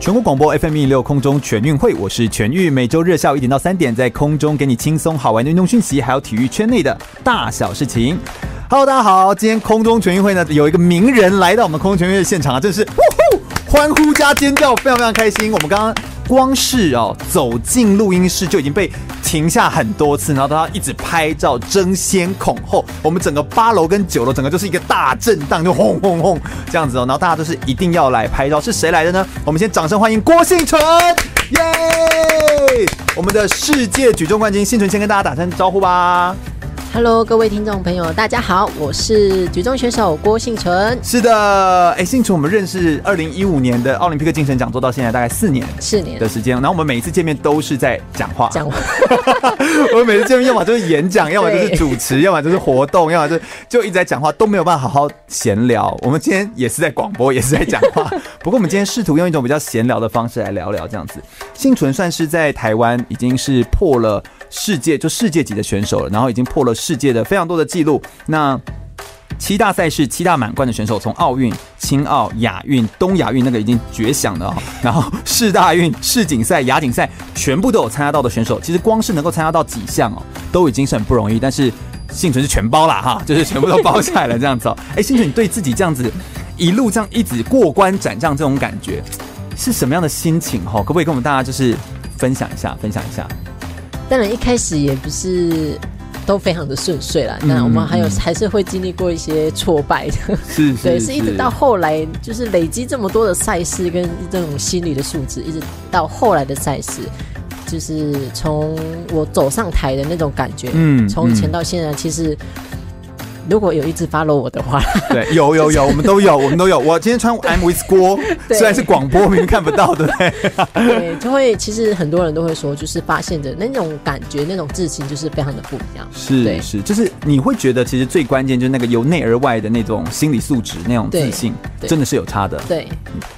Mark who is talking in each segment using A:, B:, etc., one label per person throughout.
A: 全国广播 FM 一六空中全运会，我是全玉，每周日下午一点到三点，在空中给你轻松好玩的运动讯息，还有体育圈内的大小事情。Hello，大家好，今天空中全运会呢，有一个名人来到我们空中全运会的现场啊，真是呜呼欢呼加尖叫，非常非常开心。我们刚刚光是哦走进录音室就已经被停下很多次，然后大家一直拍照争先恐后，我们整个八楼跟九楼整个就是一个大震荡，就轰轰轰这样子哦，然后大家都是一定要来拍照，是谁来的呢？我们先掌声欢迎郭幸存，耶！我们的世界举重冠军幸存先跟大家打声招呼吧。
B: Hello，各位听众朋友，大家好，我是举重选手郭幸存，
A: 是的，哎，幸存我们认识二零一五年的奥林匹克精神讲座到现在大概四年
B: 四年
A: 的时间，然后我们每一次见面都是在讲话，
B: 讲完
A: 我们每次见面要么就是演讲，要么就是
B: 对
A: 主持，要么就是活动，要么就就一直在讲话，都没有办法好好闲聊。我们今天也是在广播，也是在讲话，不过我们今天试图用一种比较闲聊的方式来聊聊这样子。幸存算是在台湾已经是破了世界就世界级的选手了，然后已经破了世界的非常多的记录。那七大赛事、七大满贯的选手，从奥运、青奥、亚运、东亚运那个已经绝响了、哦， 然后世大运、世锦赛、亚锦赛全部都有参加到的选手，其实光是能够参加到几项哦，都已经是很不容易。但是幸存是全包啦哈， 就是全部都包下来了这样子哦。 哎，幸存，你对自己这样子一路这样一直过关斩将这种感觉是什么样的心情哈、哦？可不可以跟我们大家就是分享一下，分享一下？
B: 当然一开始也不是都非常的顺遂啦，
A: 嗯
B: 那我们还有、
A: 嗯
B: 还是会经历过一些挫败的，
A: 是
B: 对，是一直到后来就是累积这么多的赛事跟这种心理的素质，一直到后来的赛事。就是从我走上台的那种感觉，
A: 嗯
B: 嗯，从以前
A: 嗯
B: 到现在，其实如果有一直 follow 我的话，
A: 对，有有有，我们都有，我们都有。我今天穿 I'm with 郭，
B: 对
A: 虽然是广播，明明看不到，对不对？
B: 对，就会其实很多人都会说，就是发现的那种感觉，那种自信就是非常的不一 样。
A: 是
B: 对
A: 是，就是你会觉得其实最关键就是那个由内而外的那种心理素质，那种自信，
B: 对对
A: 真的是有差的。
B: 对，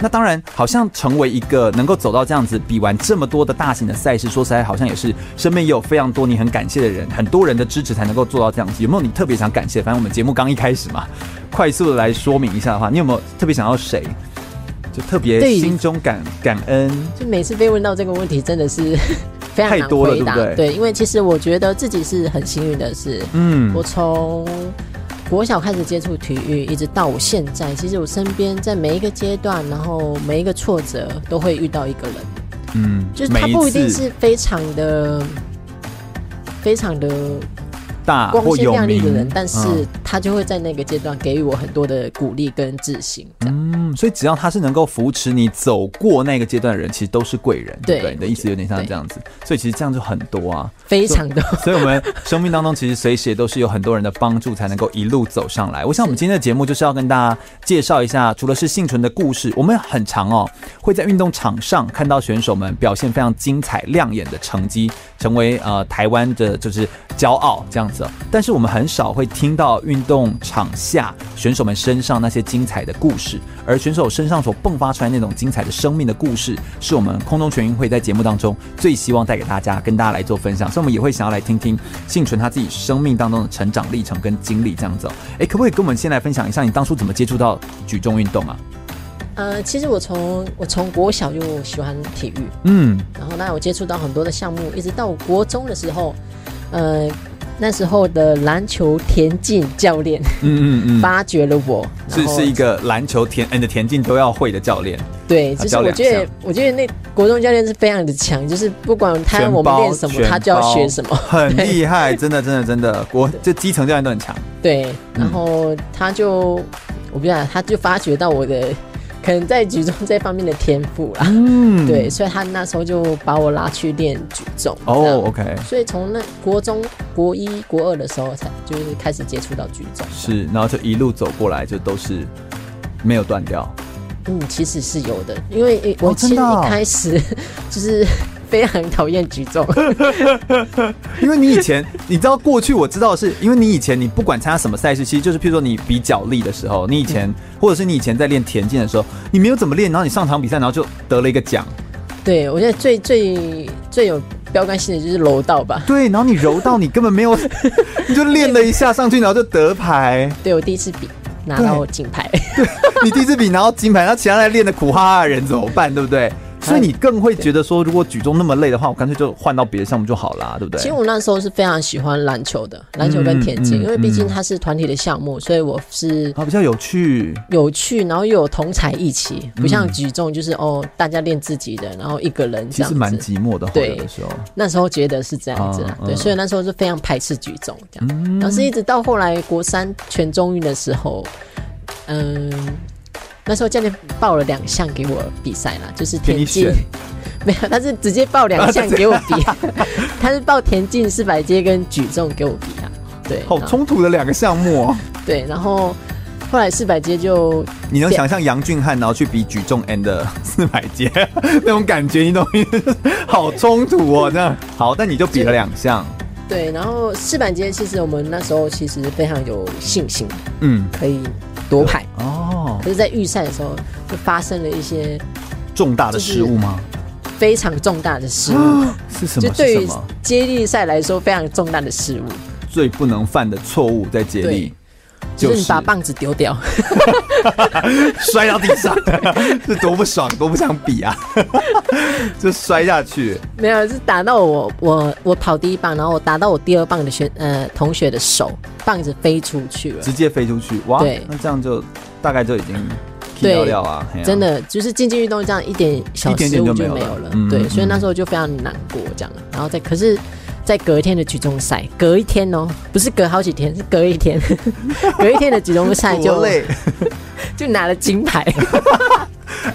A: 那当然，好像成为一个能够走到这样子，比完这么多的大型的赛事，说实在，好像也是身边也有非常多你很感谢的人，很多人的支持才能够做到这样子。有没有你特别想感谢？反正我们节目刚一开始嘛，快速的来说明一下的话，你有没有特别想要谁？就特别
B: 对
A: 心中感感恩，
B: 就每次被问到这个问题，真的是 非常
A: 太
B: 难
A: 多了
B: 回答。
A: 对不对
B: 因为其实我觉得自己是很幸运的是，
A: 嗯
B: 我从国小开始接触体育，一直到我现在，其实我身边在每一个阶段，然后每一个挫折都会遇到一个人，
A: 嗯，
B: 就是
A: 每
B: 他不一定
A: 次
B: 是非常的。非常的
A: 大
B: 光
A: 啊或
B: 鲜
A: 有
B: 亮丽的
A: 名
B: 人，但是
A: 嗯
B: 他就会在那个阶段给予我很多的鼓励跟自信。这样
A: 嗯，所以只要他是能够扶持你走过那个阶段的人，其实都是贵人，对
B: 对
A: 不对？你的意思有点像这样子，所以其实这样就很多啊。
B: 非常的
A: 所以我们生命当中其实随时也都是有很多人的帮助，才能够一路走上来。我想我们今天的节目就是要跟大家介绍一下，除了是幸存的故事，我们很常哦会在运动场上看到选手们表现非常精彩亮眼的成绩，成为呃台湾的就是骄傲这样子、哦。但是我们很少会听到运动场下选手们身上那些精彩的故事，而选手身上所迸发出来那种精彩的生命的故事，是我们空中全运会在节目当中最希望带给大家，跟大家来做分享。所以我们也会想要来听听幸存他自己生命当中的成长历程跟经历这样子、哦。哎，可不可以跟我们先来分享一下你当初怎么接触到举重运动啊？
B: 呃，其实我从我从国小就喜欢体育，
A: 嗯，
B: 然后那我接触到很多的项目，一直到我国中的时候，呃，那时候的篮球田径教练
A: 嗯嗯嗯，
B: 发掘了我，
A: 是
B: 然后
A: 是一个篮球田嗯的田径都要会的教练，
B: 对，
A: 他
B: 就是
A: 教
B: 我
A: 两
B: 觉得
A: 项
B: 我觉得那国中教练是非常的强，就是不管他
A: 全
B: 让我们
A: 包
B: 练什么，
A: 全
B: 他就要
A: 包
B: 学什么，
A: 很厉害，真的真的真的，我这基层教练都很强。
B: 对，
A: 嗯
B: 然后他就、我不知道，他就发掘到我的可能在举重这方面的天赋啦，
A: 嗯，
B: 对，，所以他那时候就把我拉去练举重，这样
A: 哦，OK。
B: 所以从那国中国一、国二的时候才就是开始接触到举重。
A: 是，然后就一路走过来，就都是没有断掉。
B: 嗯，其实是有的，因为我
A: 真
B: 其实
A: 的哦
B: 一开始就是非常讨厌举 重，
A: 因为你以前，你知道过去我知道的是，因为你以前你不管参加什么赛事，其实就是譬如说你比脚力的时候，你以
B: 嗯
A: 前或者是你以前在练田径的时候，你没有怎么练，然后你上场比赛，然后就得了一个奖，
B: 对我觉得最最最有标杆性的就是柔道吧。
A: 对，然后你柔道你根本没有，你就练了一下上去，然后就得 牌，
B: 对我第一次比拿到金牌，
A: 你第一次比拿到金牌，那其他来练的苦哈哈的人怎么办，对不
B: 哎
A: 对？所以你更会觉得说，如果举重那么累的话，我干脆就换到别的项目就好啦，对不
B: 其实
A: 对？
B: 我那时候是非常喜欢篮球的，篮球跟田
A: 嗯
B: 径，
A: 嗯
B: 因为毕竟它是团体的项目，所以我是
A: 好，比较有趣，
B: 有趣，然后又有同才一起，不像
A: 嗯
B: 举重就是哦大家练自己的，然后一个人这
A: 其实蛮
B: 样子。
A: 寂寞的哦，
B: 对
A: 有的时候。
B: 那时候觉得是这样子啦
A: 啊，
B: 对，
A: 嗯
B: 所以那时候就非常排斥举重这样，然后是一直到后来国三全中运的时候，嗯。那时候教练报了两项给我比赛啦，就是
A: 给你
B: 田径
A: 选，
B: 没有，他是直接报两项给我比， 他是报田径四百阶跟举重给我比啊，对，
A: 好
B: 然后
A: 冲突的两个项目哦！
B: 对，然后后来四百阶就
A: 你能想象杨俊翰然后去比举重 and 四百节那种感觉，你懂吗？好冲突哦，这样好，但你就比了两项，
B: 对，然后四板街其实我们那时候其实非常有信心
A: 嗯，
B: 可以夺牌，
A: 哦，
B: 可是，在预赛的时候就发生了一些
A: 重大的失误吗？
B: 非常重大的失误，
A: 啊，是什
B: 就
A: 么？是
B: 对
A: 什
B: 于
A: 么？
B: 接力赛来说非常重大的失误，
A: 最不能犯的错误在接力
B: 就
A: 就是
B: 你
A: 是
B: 把棒子丢掉。
A: 摔到地上，这多不爽，多不想比 啊！就摔下去，
B: 没有，是打到我我我跑第一棒，然后我打到我第二棒的学呃同学的手，棒子飞出去了
A: 直。接飞出去，哇
B: 对！
A: 那这样就大概就已经
B: 对
A: 掉掉啊，嘿啊
B: 真。的就是竞技运动这样一点小
A: 一点
B: 失
A: 点
B: 误
A: 就
B: 就
A: 没
B: 没
A: 有了
B: 有了，
A: 嗯
B: 对，
A: 嗯
B: 所以那时候就非常难过这样，然后再可是，在隔一天的举重赛，隔一天哦，不是隔好几天，是隔一天，隔一天的举重 赛
A: 多
B: 就
A: 累，
B: 就拿了金牌，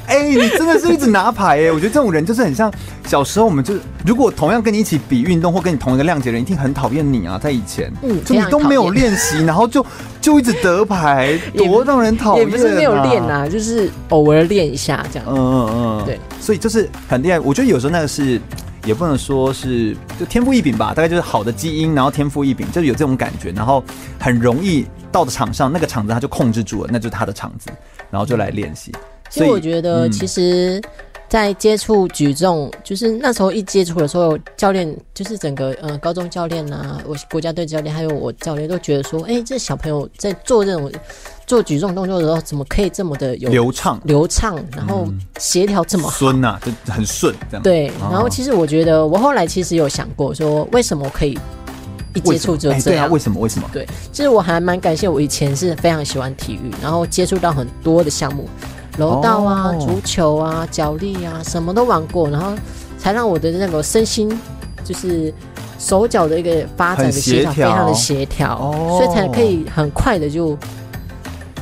A: 哎、你真的是一直拿牌哎、我觉得这种人就是很像小时候我们就是，如果同样跟你一起比运动或跟你同一个量级的人，一定很讨厌你啊，在以前，
B: 嗯
A: 就你都没有练习，然后就就一直得牌，
B: 也
A: 多让人讨
B: 也
A: 厌、啊。
B: 不是没有练啊，就是偶尔练一下这样，
A: 嗯嗯嗯，
B: 对，
A: 所以就是很厉害。我觉得有时候那个是，也不能说是就天赋异禀吧，大概就是好的基因，然后天赋异禀，就是有这种感觉，然后很容易到的场上，那个场子他就控制住了，那就是他的场子，然后就来练习。
B: 所以我觉得
A: 嗯
B: 其实。在接触举重，就是那时候一接触的时候，教练就是整个呃高中教练呐、我国家队教练还有我教练都觉得说，哎、这小朋友在做这种做举重动作的时候，怎么可以这么的有
A: 流畅。嗯
B: 流畅，然后协调这么好？
A: 孙呐、就很顺这样。
B: 对，
A: 哦
B: 然后其实我觉得，我后来其实有想过，说为什么我可以一
A: 为
B: 接
A: 什么，
B: 触就
A: 哎
B: 这
A: 对啊，
B: 样
A: 为？什么？为什么？
B: 对，其实我还蛮感谢，我以前是非常喜欢体育，然后接触到很多的项目，柔道啊、
A: 哦
B: 足球啊、脚力啊，什么都玩过，然后才让我的那个身心就是手脚的一个发展
A: 很
B: 的协调
A: 协
B: 非
A: 调
B: 常的协调，
A: 哦
B: 所以才可以很快的就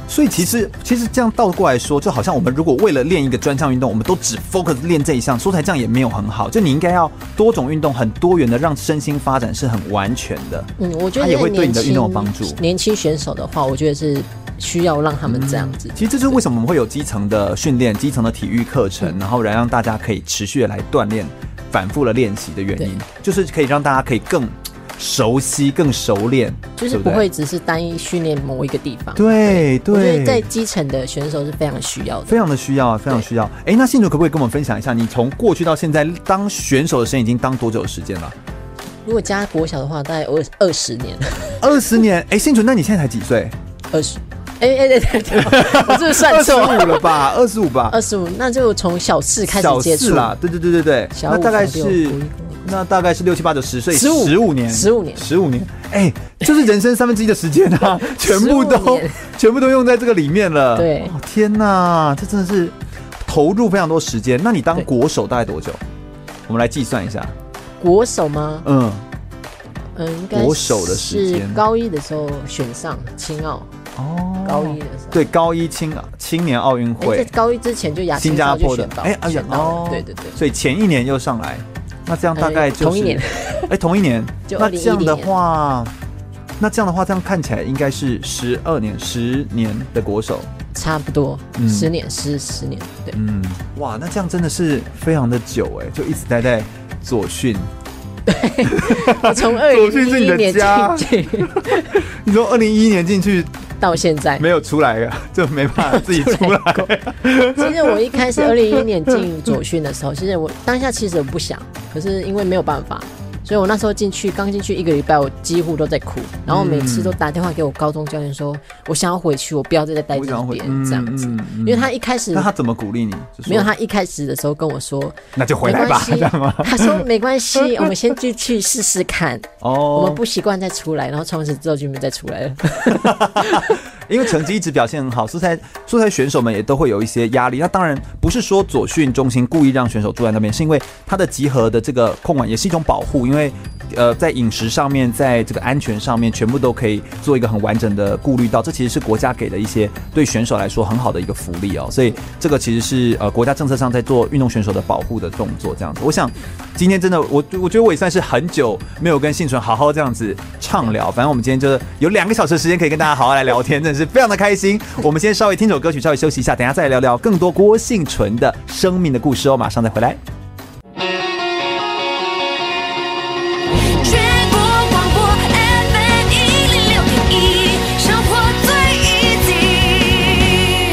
A: 所以其实其实这样倒过来说，就好像我们如果为了练一个专项运动，我们都只 focus 练这一项，说起来这样也没有很好。就你应该要多种运动，很多元的，让身心发展是很完全的。
B: 嗯，我觉
A: 它
B: 得
A: 啊也会
B: 年
A: 对你的
B: 轻
A: 运动有帮助
B: 年轻选手的话，我觉得是需要让他们这样子。
A: 其实这就是为什么我们会有基层的训练、基层的体育课
B: 嗯
A: 程，然后来让大家可以持续的来锻炼、反复的练习的原因
B: 对，
A: 就是可以让大家可以更熟悉、更熟练，
B: 就是不
A: 对对
B: 会只是单一训练某一个地方。
A: 对
B: 我觉
A: 对，
B: 得在基层的选手是非常需要的。
A: 非常的需要啊，非常需要。哎，那信主可不可以跟我们分享一下，你从过去到现在当选手的时间已经当多久的时间了？
B: 如果加国小的话，大概二二十年，
A: 二十年。哎，信主，那你现在才几岁？
B: 二十，哎哎哎哎，对我是
A: 二
B: 不是算
A: 十
B: 错了？
A: 五了吧？二十五吧？
B: 二十五，那就从小四呃开始
A: 小
B: 接
A: 四
B: 触，
A: 啦，对对对对对。
B: 小
A: 那
B: 五
A: 大概
B: 小六
A: 是
B: 国一国
A: 那大概是六七八九十岁，
B: 15
A: 十五年，
B: 15年
A: 十五年。哎，就是人生三分之一的时间 啊，全部
B: 15
A: 都
B: 年
A: 全部都用在这个里面了。
B: 对
A: 哇天哪，这真的是投入非常多时间。那你当
B: 对
A: 国手大概多久？我们来计算一下。
B: 国手吗？
A: 嗯。
B: 嗯，应该
A: 国手的时
B: 是
A: 间
B: 高一的时候选上青奥，
A: 哦，
B: 高一的时候。
A: 对高一青青年奥运
B: 哎，
A: 会
B: 在，高一之前就亚青
A: 新
B: 早
A: 加
B: 就
A: 坡的
B: 选到，
A: 哎哎呀
B: 选到
A: 哦
B: 了，，对对对。
A: 所以前一年又上来，那这样大概就是
B: 哎同一年，
A: 哎同一年，
B: 就
A: 那
B: 2010
A: 这样的话，那这样的话，这样看起来应该是十二年十年的国手，
B: 差不多
A: 嗯
B: 十年，十十年，对，
A: 嗯，哇，那这样真的是非常的久哎，就一直待在左训。
B: 我从二零
A: 走进
B: 一
A: 自
B: 一
A: 己的
B: 年
A: 家
B: 进去
A: 你说二零一一年进去
B: 到现在，
A: 没有出来啊， 就没办法自己出 来。
B: 其实我一开始二零一一年进左训的时候，其实我当下其实我不想，可是因为没有办法，所以我那时候进去刚进去一个礼拜，我几乎都在哭，然后每次都打电话给我高中教练说，我想要回去，我不要再待在
A: 我想
B: 这
A: 回嗯
B: 边、这样子，因为他一开始
A: 那他怎么鼓励你？就说
B: 没有，他一开始的时候跟我说，
A: 那就回
B: 没
A: 来
B: 关
A: 吧，
B: 系
A: 这样吗？，
B: 他说没关系，我们先进去试试看，我 们
A: 哦，
B: 不习惯再出来，然后从此之后就没再出来了。
A: 因为成绩一直表现很好，素材素材选手们也都会有一些压力。那当然不是说左训中心故意让选手住在那边，是因为他的集合的这个控管也是一种保护，因为呃在饮食上面，在这个安全上面，全部都可以做一个很完整的顾虑到。这其实是国家给的一些对选手来说很好的一个福利哦，所以这个其实是呃国家政策上在做运动选手的保护的动作，这样子。我想今天真的我我觉得我也算是很久没有跟幸存好好这样子畅聊，反正我们今天就是有两个小时的时间可以跟大家好好来聊天，真的是非常的开心。我们先稍微听首歌曲，稍微休息一下，等一下再来聊聊更多郭幸存的生命的故事哦，马上再回来。
C: 全国广播 FM 一零六点一，生活最 easy。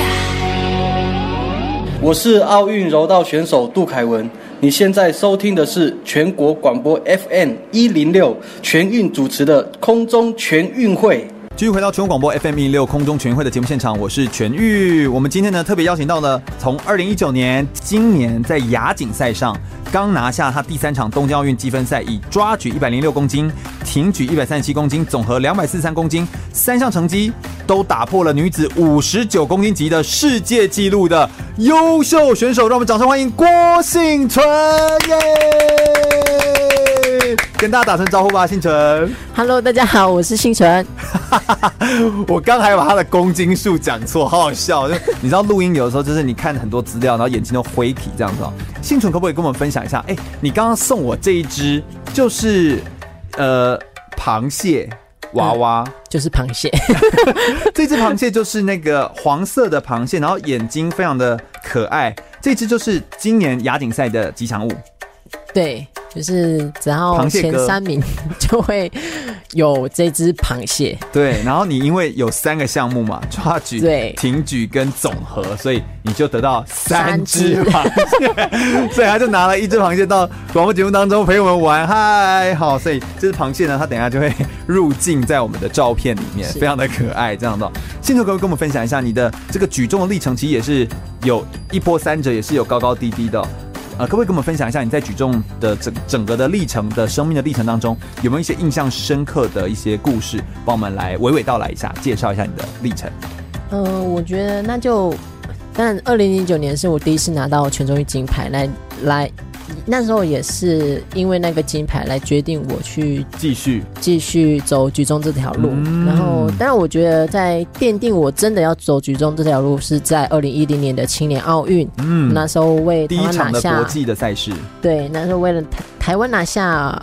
D: 我是奥运柔道选手杜凯文。你现在收听的是全国广播 FM 一零六全运主持的空中全运会。
A: 继续回到全国广播 FM 一六空中全运会的节目现场，我是全玉。我们今天呢特别邀请到了从二零一九年今年在亚锦赛上刚拿下他第三场东京奥运积分赛，以抓举一百零六公斤、挺举一百三十七公斤、总和两百四十三公斤三项成绩都打破了女子五十九公斤级的世界纪录的优秀选手，让我们掌声欢迎郭幸存耶！跟大家打声招呼吧，幸存。
B: Hello，大家好，我是幸存，
A: 我刚还把他的公斤数讲错，好好笑。 就你知道录音有的时候就是你看很多资料，然后眼睛都灰皮这样子哦。幸存可不可以跟我们分享一下？哎、你刚刚送我这一只就是呃螃蟹娃娃，
B: 就是螃蟹，
A: 这只螃蟹就是那个黄色的螃蟹，然后眼睛非常的可爱。这只就是今年亚锦赛的吉祥物，
B: 对，就是只要
A: 螃蟹
B: 前
A: 哥
B: 三名 就会有这只螃蟹，
A: 对。然后你因为有三个项目嘛，抓举、
B: 对
A: 挺举跟总和，所以你就得到三
B: 三只
A: 只螃蟹， 所以他就拿了一只螃蟹到广播节目当中陪我们玩，嗨，好，所以这只螃蟹呢，它等一下就会入镜在我们的照片里面，
B: 是
A: 非常的可爱，这样的哦。幸存可不可以跟我们分享一下你的这个举重的历程？其实也是有一波三折，也是有高高低低的哦、呃，可不可以跟我们分享一下你在举重的整整个的历程的生命的历程当中，有没有一些印象深刻的一些故事，帮我们来娓娓道来一下，介绍一下你的历程？
B: 嗯、我觉得那就，但二零零九年是我第一次拿到全中运金牌，来来，那时候也是因为那个金牌来决定我去
A: 继续，
B: 继续走举重这条路。
A: 嗯
B: 然后，但是我觉得在奠定我真的要走举重这条路是在二零一零年的青年奥运，
A: 嗯
B: 那时候为
A: 第
B: 台
A: 一
B: 湾
A: 场
B: 拿
A: 的国
B: 下，
A: 际的赛事
B: 对，那时候为了台台湾拿下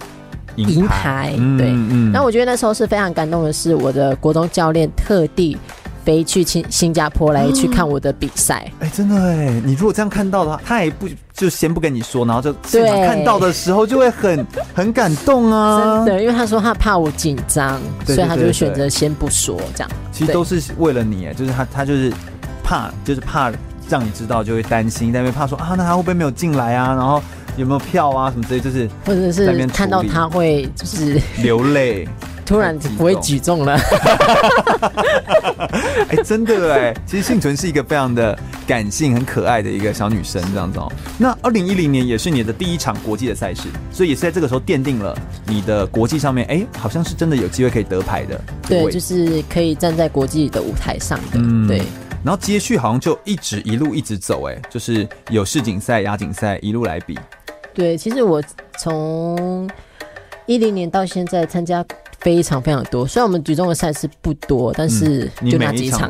B: 银牌，对。
A: 嗯
B: 那我觉得那时候是非常感动的是，我的国中教练特地飞去新新加坡来去看我的比赛。
A: 哎、真的哎，你如果这样看到的话，他也不就先不跟你说，然后就现场看到的时候就会很很感动啊。
B: 真，的，因为他说他怕我紧张，
A: 对对
B: 所以他
A: 对
B: 就
A: 对
B: 选择先不说这样。
A: 其实都是为了你哎，就是他他就是怕就是怕让你知道就会担心，但又怕说啊，那他会不会没有进来啊？然后有没有票啊什么之类，就是
B: 或者
A: 在那
B: 是
A: 边
B: 看
A: 处
B: 到
A: 理
B: 他会 就是
A: 流泪。
B: 突然
A: 太激
B: 不会
A: 动
B: 举 重了，
A: 哎、真的哎， 其实幸存是一个非常的感性、很可爱的一个小女生，这样子哦。那二零一零年也是你的第一场国际的赛事，所以也是在这个时候奠定了你的国际上面，哎、好像是真的有机会可以得牌的这个
B: 对，
A: 位置
B: 就是可以站在国际的舞台上的，
A: 嗯
B: 对，
A: 然后接续好像就一直一路一直走，哎，就是有世锦赛、亚锦赛一路来比，
B: 对，其实我从一零年到现在参加非常非常多，虽然我们举重的赛事不多，但是
A: 嗯你
B: 就那
A: 每一
B: 几场，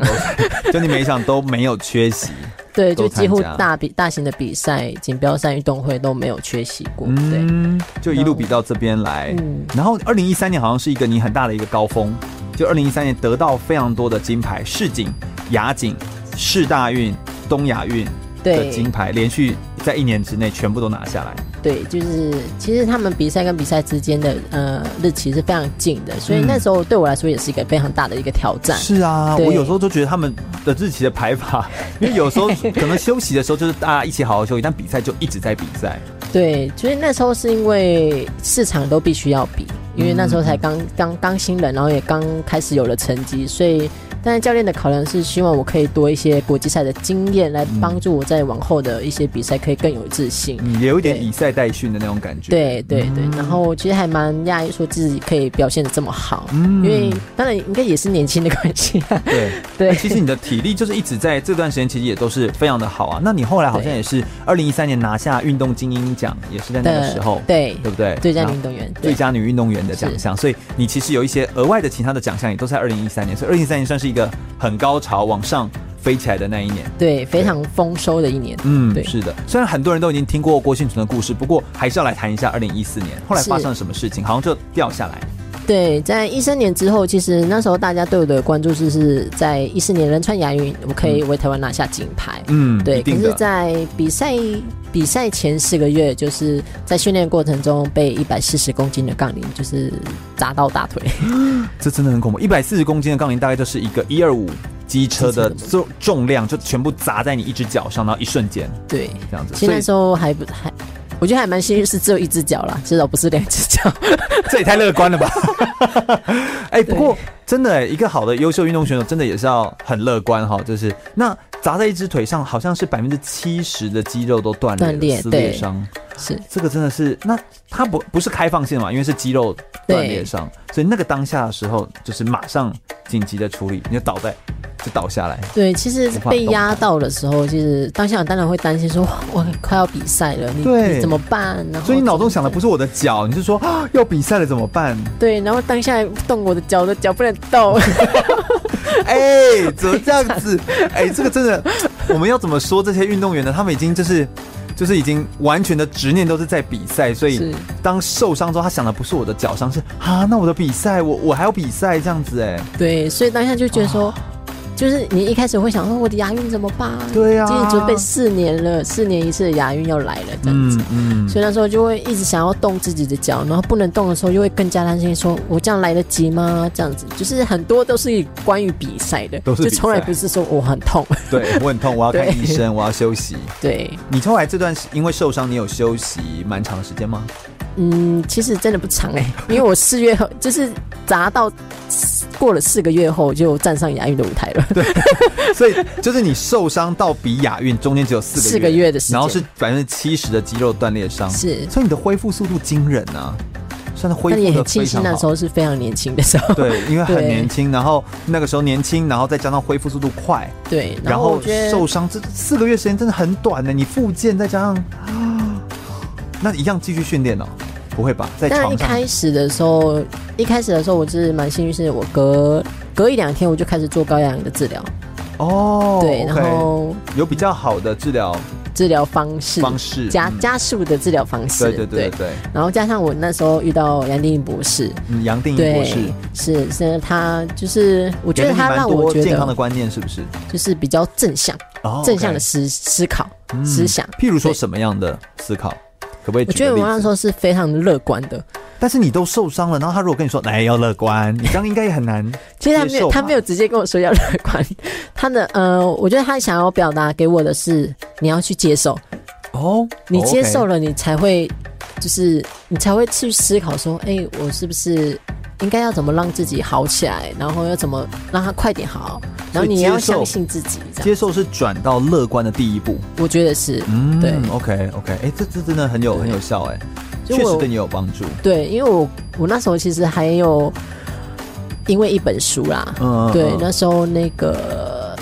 A: 都， 就你每一场都没有缺席。
B: 对，
A: 都
B: 就
A: 参
B: 几乎
A: 加
B: 大比大型的比赛、锦标赛、运动会都没有缺席过，对，
A: 嗯，就一路比到这边来。
B: 嗯
A: 然后二零一三年好像是一个你很大的一个高峰，就二零一三年得到非常多的金牌，世锦、亚锦、世大运、东亚运的
B: 对
A: 金牌，连续在一年之内全部都拿下来。
B: 对，就是其实他们比赛跟比赛之间的呃日期是非常近的，所以
A: 嗯
B: 那时候对我来说也是一个非常大的一个挑战。
A: 是啊，
B: 对
A: 我有时候都觉得他们的日期的排法，因为有 时候可能休息的时候就是大家一起好好休息，但比赛就一直在比赛。
B: 对，就是那时候是因为市场都必须要比，因为那时候才刚
A: 嗯
B: 刚刚新人，然后也刚开始有了成绩，所以。但是教练的考量是希望我可以多一些国际赛的经验，来帮助我在往后的一些比赛可以更有自信。
A: 嗯，也有一点
B: 对
A: 以赛代训的那种感觉。，
B: 对对对，然后其实还蛮讶异，说自己可以表现的这么好，
A: 嗯
B: 因为当然应该也是年轻的关系、啊。
A: 对
B: 对
A: 那其实你的体力就是一直在这段时间，其实也都是非常的好啊。那你后来好像也是二零一三年拿下运动精英奖，也是在 那个时候，
B: 对
A: 对不对？
B: 最佳
A: 然后
B: 运动员，对
A: 最佳女运动员的奖项，所以你其实有一些额外的其他的奖项，也都在二零一三年，所以二零一三年算是一个很高潮往上飞起来的那一年。
B: 对非常丰收的一年。
A: 嗯，
B: 对，
A: 是的。虽然很多人都已经听过郭幸存的故事，不过还是要来谈一下二零一四年后来发生了什么事情，好像就掉下来。
B: 对，在一三年之后，其实那时候大家对我的关注就是在一四年仁川亚运，我可以为台湾拿下金牌。
A: 嗯，
B: 对，
A: 一
B: 可
A: 定
B: 是，
A: 的。
B: 在比赛比赛前四个月，就是在训练过程中被一百四十公斤的杠铃就是砸到大腿。
A: 这真的很恐怖，一百四十公斤的杠铃大概就是一个一二五机车的
B: 机
A: 重重量，就全部砸在你一只脚上，然后一瞬间
B: 对，
A: 这样子。
B: 其实那时候还不还，我觉得还蛮幸运，是只有一只脚啦，至少不是两只脚。
A: 这也太乐观了吧！哎、不过真的、一个好的优秀运动选手，真的也是要很乐观哈。就是那砸在一只腿上，好像是百分之七十的肌肉都断裂
B: 断裂
A: 了撕裂
B: 对
A: 伤。
B: 是
A: 这个真的 是，那它不不是开放性嘛，因为是肌肉断裂伤，所以那个当下的时候，就是马上紧急的处理，你就倒在就倒下来，
B: 对，其实
A: 无法
B: 被
A: 动
B: 压到的时候，其实当下当然会担心说，哇我快要比赛了，你
A: 对
B: 你怎么办？然后
A: 所以你脑中
B: 怎
A: 想
B: 么
A: 的不是我的脚，你是 说、啊、要比赛了怎么办？
B: 对，然后当下动我的脚，我的脚不能 动。
A: 哎、怎么这样 子？哎、这个真的，我们要怎么说这些运动员呢？他们已经就是。就是已经完全的执念都是在比赛，所以
B: 是
A: 当受伤之后，他想的不是我的脚伤，是啊，那我的比赛，我我还要比赛这样子哎、
B: 对，所以当下就觉得说，就是你一开始会想说，哦我的牙运怎么办？
A: 对啊
B: 今天准备四年了，四年一次的牙运要来了，这样子。
A: 嗯嗯，
B: 所以那时候就会一直想要动自己的脚，然后不能动的时候就会更加担心，说我这样来得及吗？这样子就是很多都是关于比赛的，
A: 都是
B: 就
A: 比
B: 从来
A: 赛
B: 不是说我很痛。
A: 对我很痛，我要看
B: 对
A: 医生，我要休息。
B: 对，
A: 你后来这段时因为受伤，你有休息蛮长时间吗？
B: 嗯，其实真的不长哎、因为我四月后就是砸到过了四个月后就站上亚运的舞台了。
A: 所以就是你受伤到比亚运中间只有四个
B: 四个月的时间
A: 然后是百分之七十的肌肉断裂伤，
B: 是
A: 所以你的恢复速度惊人啊，算是恢
B: 但也
A: 复
B: 很
A: 的
B: 庆
A: 非
B: 幸
A: 常
B: 那时
A: 好。
B: 候是非常年轻的时候。
A: 对，因为很
B: 对
A: 年轻，然后那个时候年轻，然后再加上恢复速度快，
B: 对，
A: 然
B: 然后
A: 后
B: 我觉得
A: 受伤这四个月时间真的很短呢。你复健再加上 啊，那一样继续训练哦，不会吧？在
B: 但
A: 床
B: 一
A: 上
B: 开始的时候，一开始的时候我是蛮幸运，是我隔隔一两天我就开始做高压氧的治疗，
A: 哦，
B: 对，然
A: OK
B: 后
A: 有比较好的治疗
B: 治疗方式
A: 方式
B: 加
A: 嗯
B: 加速的治疗方式，
A: 对对对对，
B: 然后加上我那时候遇到杨定一博士，
A: 嗯，杨定一博
B: 对
A: 士，，
B: 是是他就是我觉
A: 给了你
B: 得他
A: 蛮
B: 让我
A: 多
B: 觉
A: 健康的
B: 得
A: 观念，是不是？
B: 就是比较正向
A: 哦
B: 正向
A: OK 嗯
B: 的思思考思想，
A: 譬如说
B: 对
A: 什么样的思考，可不可以
B: 我
A: 举
B: 觉
A: 个
B: 得
A: 例
B: 我那时
A: 子？
B: 候是非常乐观的，
A: 但是你都受伤了，然后他如果跟你说哎来要乐观，你这样应该也很难
B: 其实他没
A: 接受
B: 有，
A: 吧
B: 他没有直接跟我说要乐观，他的呃，我觉得他想要表达给我的是，你要去接受，
A: 哦。
B: 你接受
A: 了，
B: 了，你才会就是你才会去思考说，哎、我是不是应该要怎么让自己好起来，然后要怎么让他快点好，然后你也要
A: 接受
B: 相信自己，这样
A: 接受是转到乐观的第一步。
B: 我觉得是，
A: 嗯，
B: 对
A: ，OK OK，哎、这这真的很有很有效哎、
B: 就
A: 确实
B: 我
A: 对你有帮助。
B: 对，因为我我那时候其实还有因为一本书啦，
A: 嗯，
B: 对
A: 嗯，
B: 那时候那个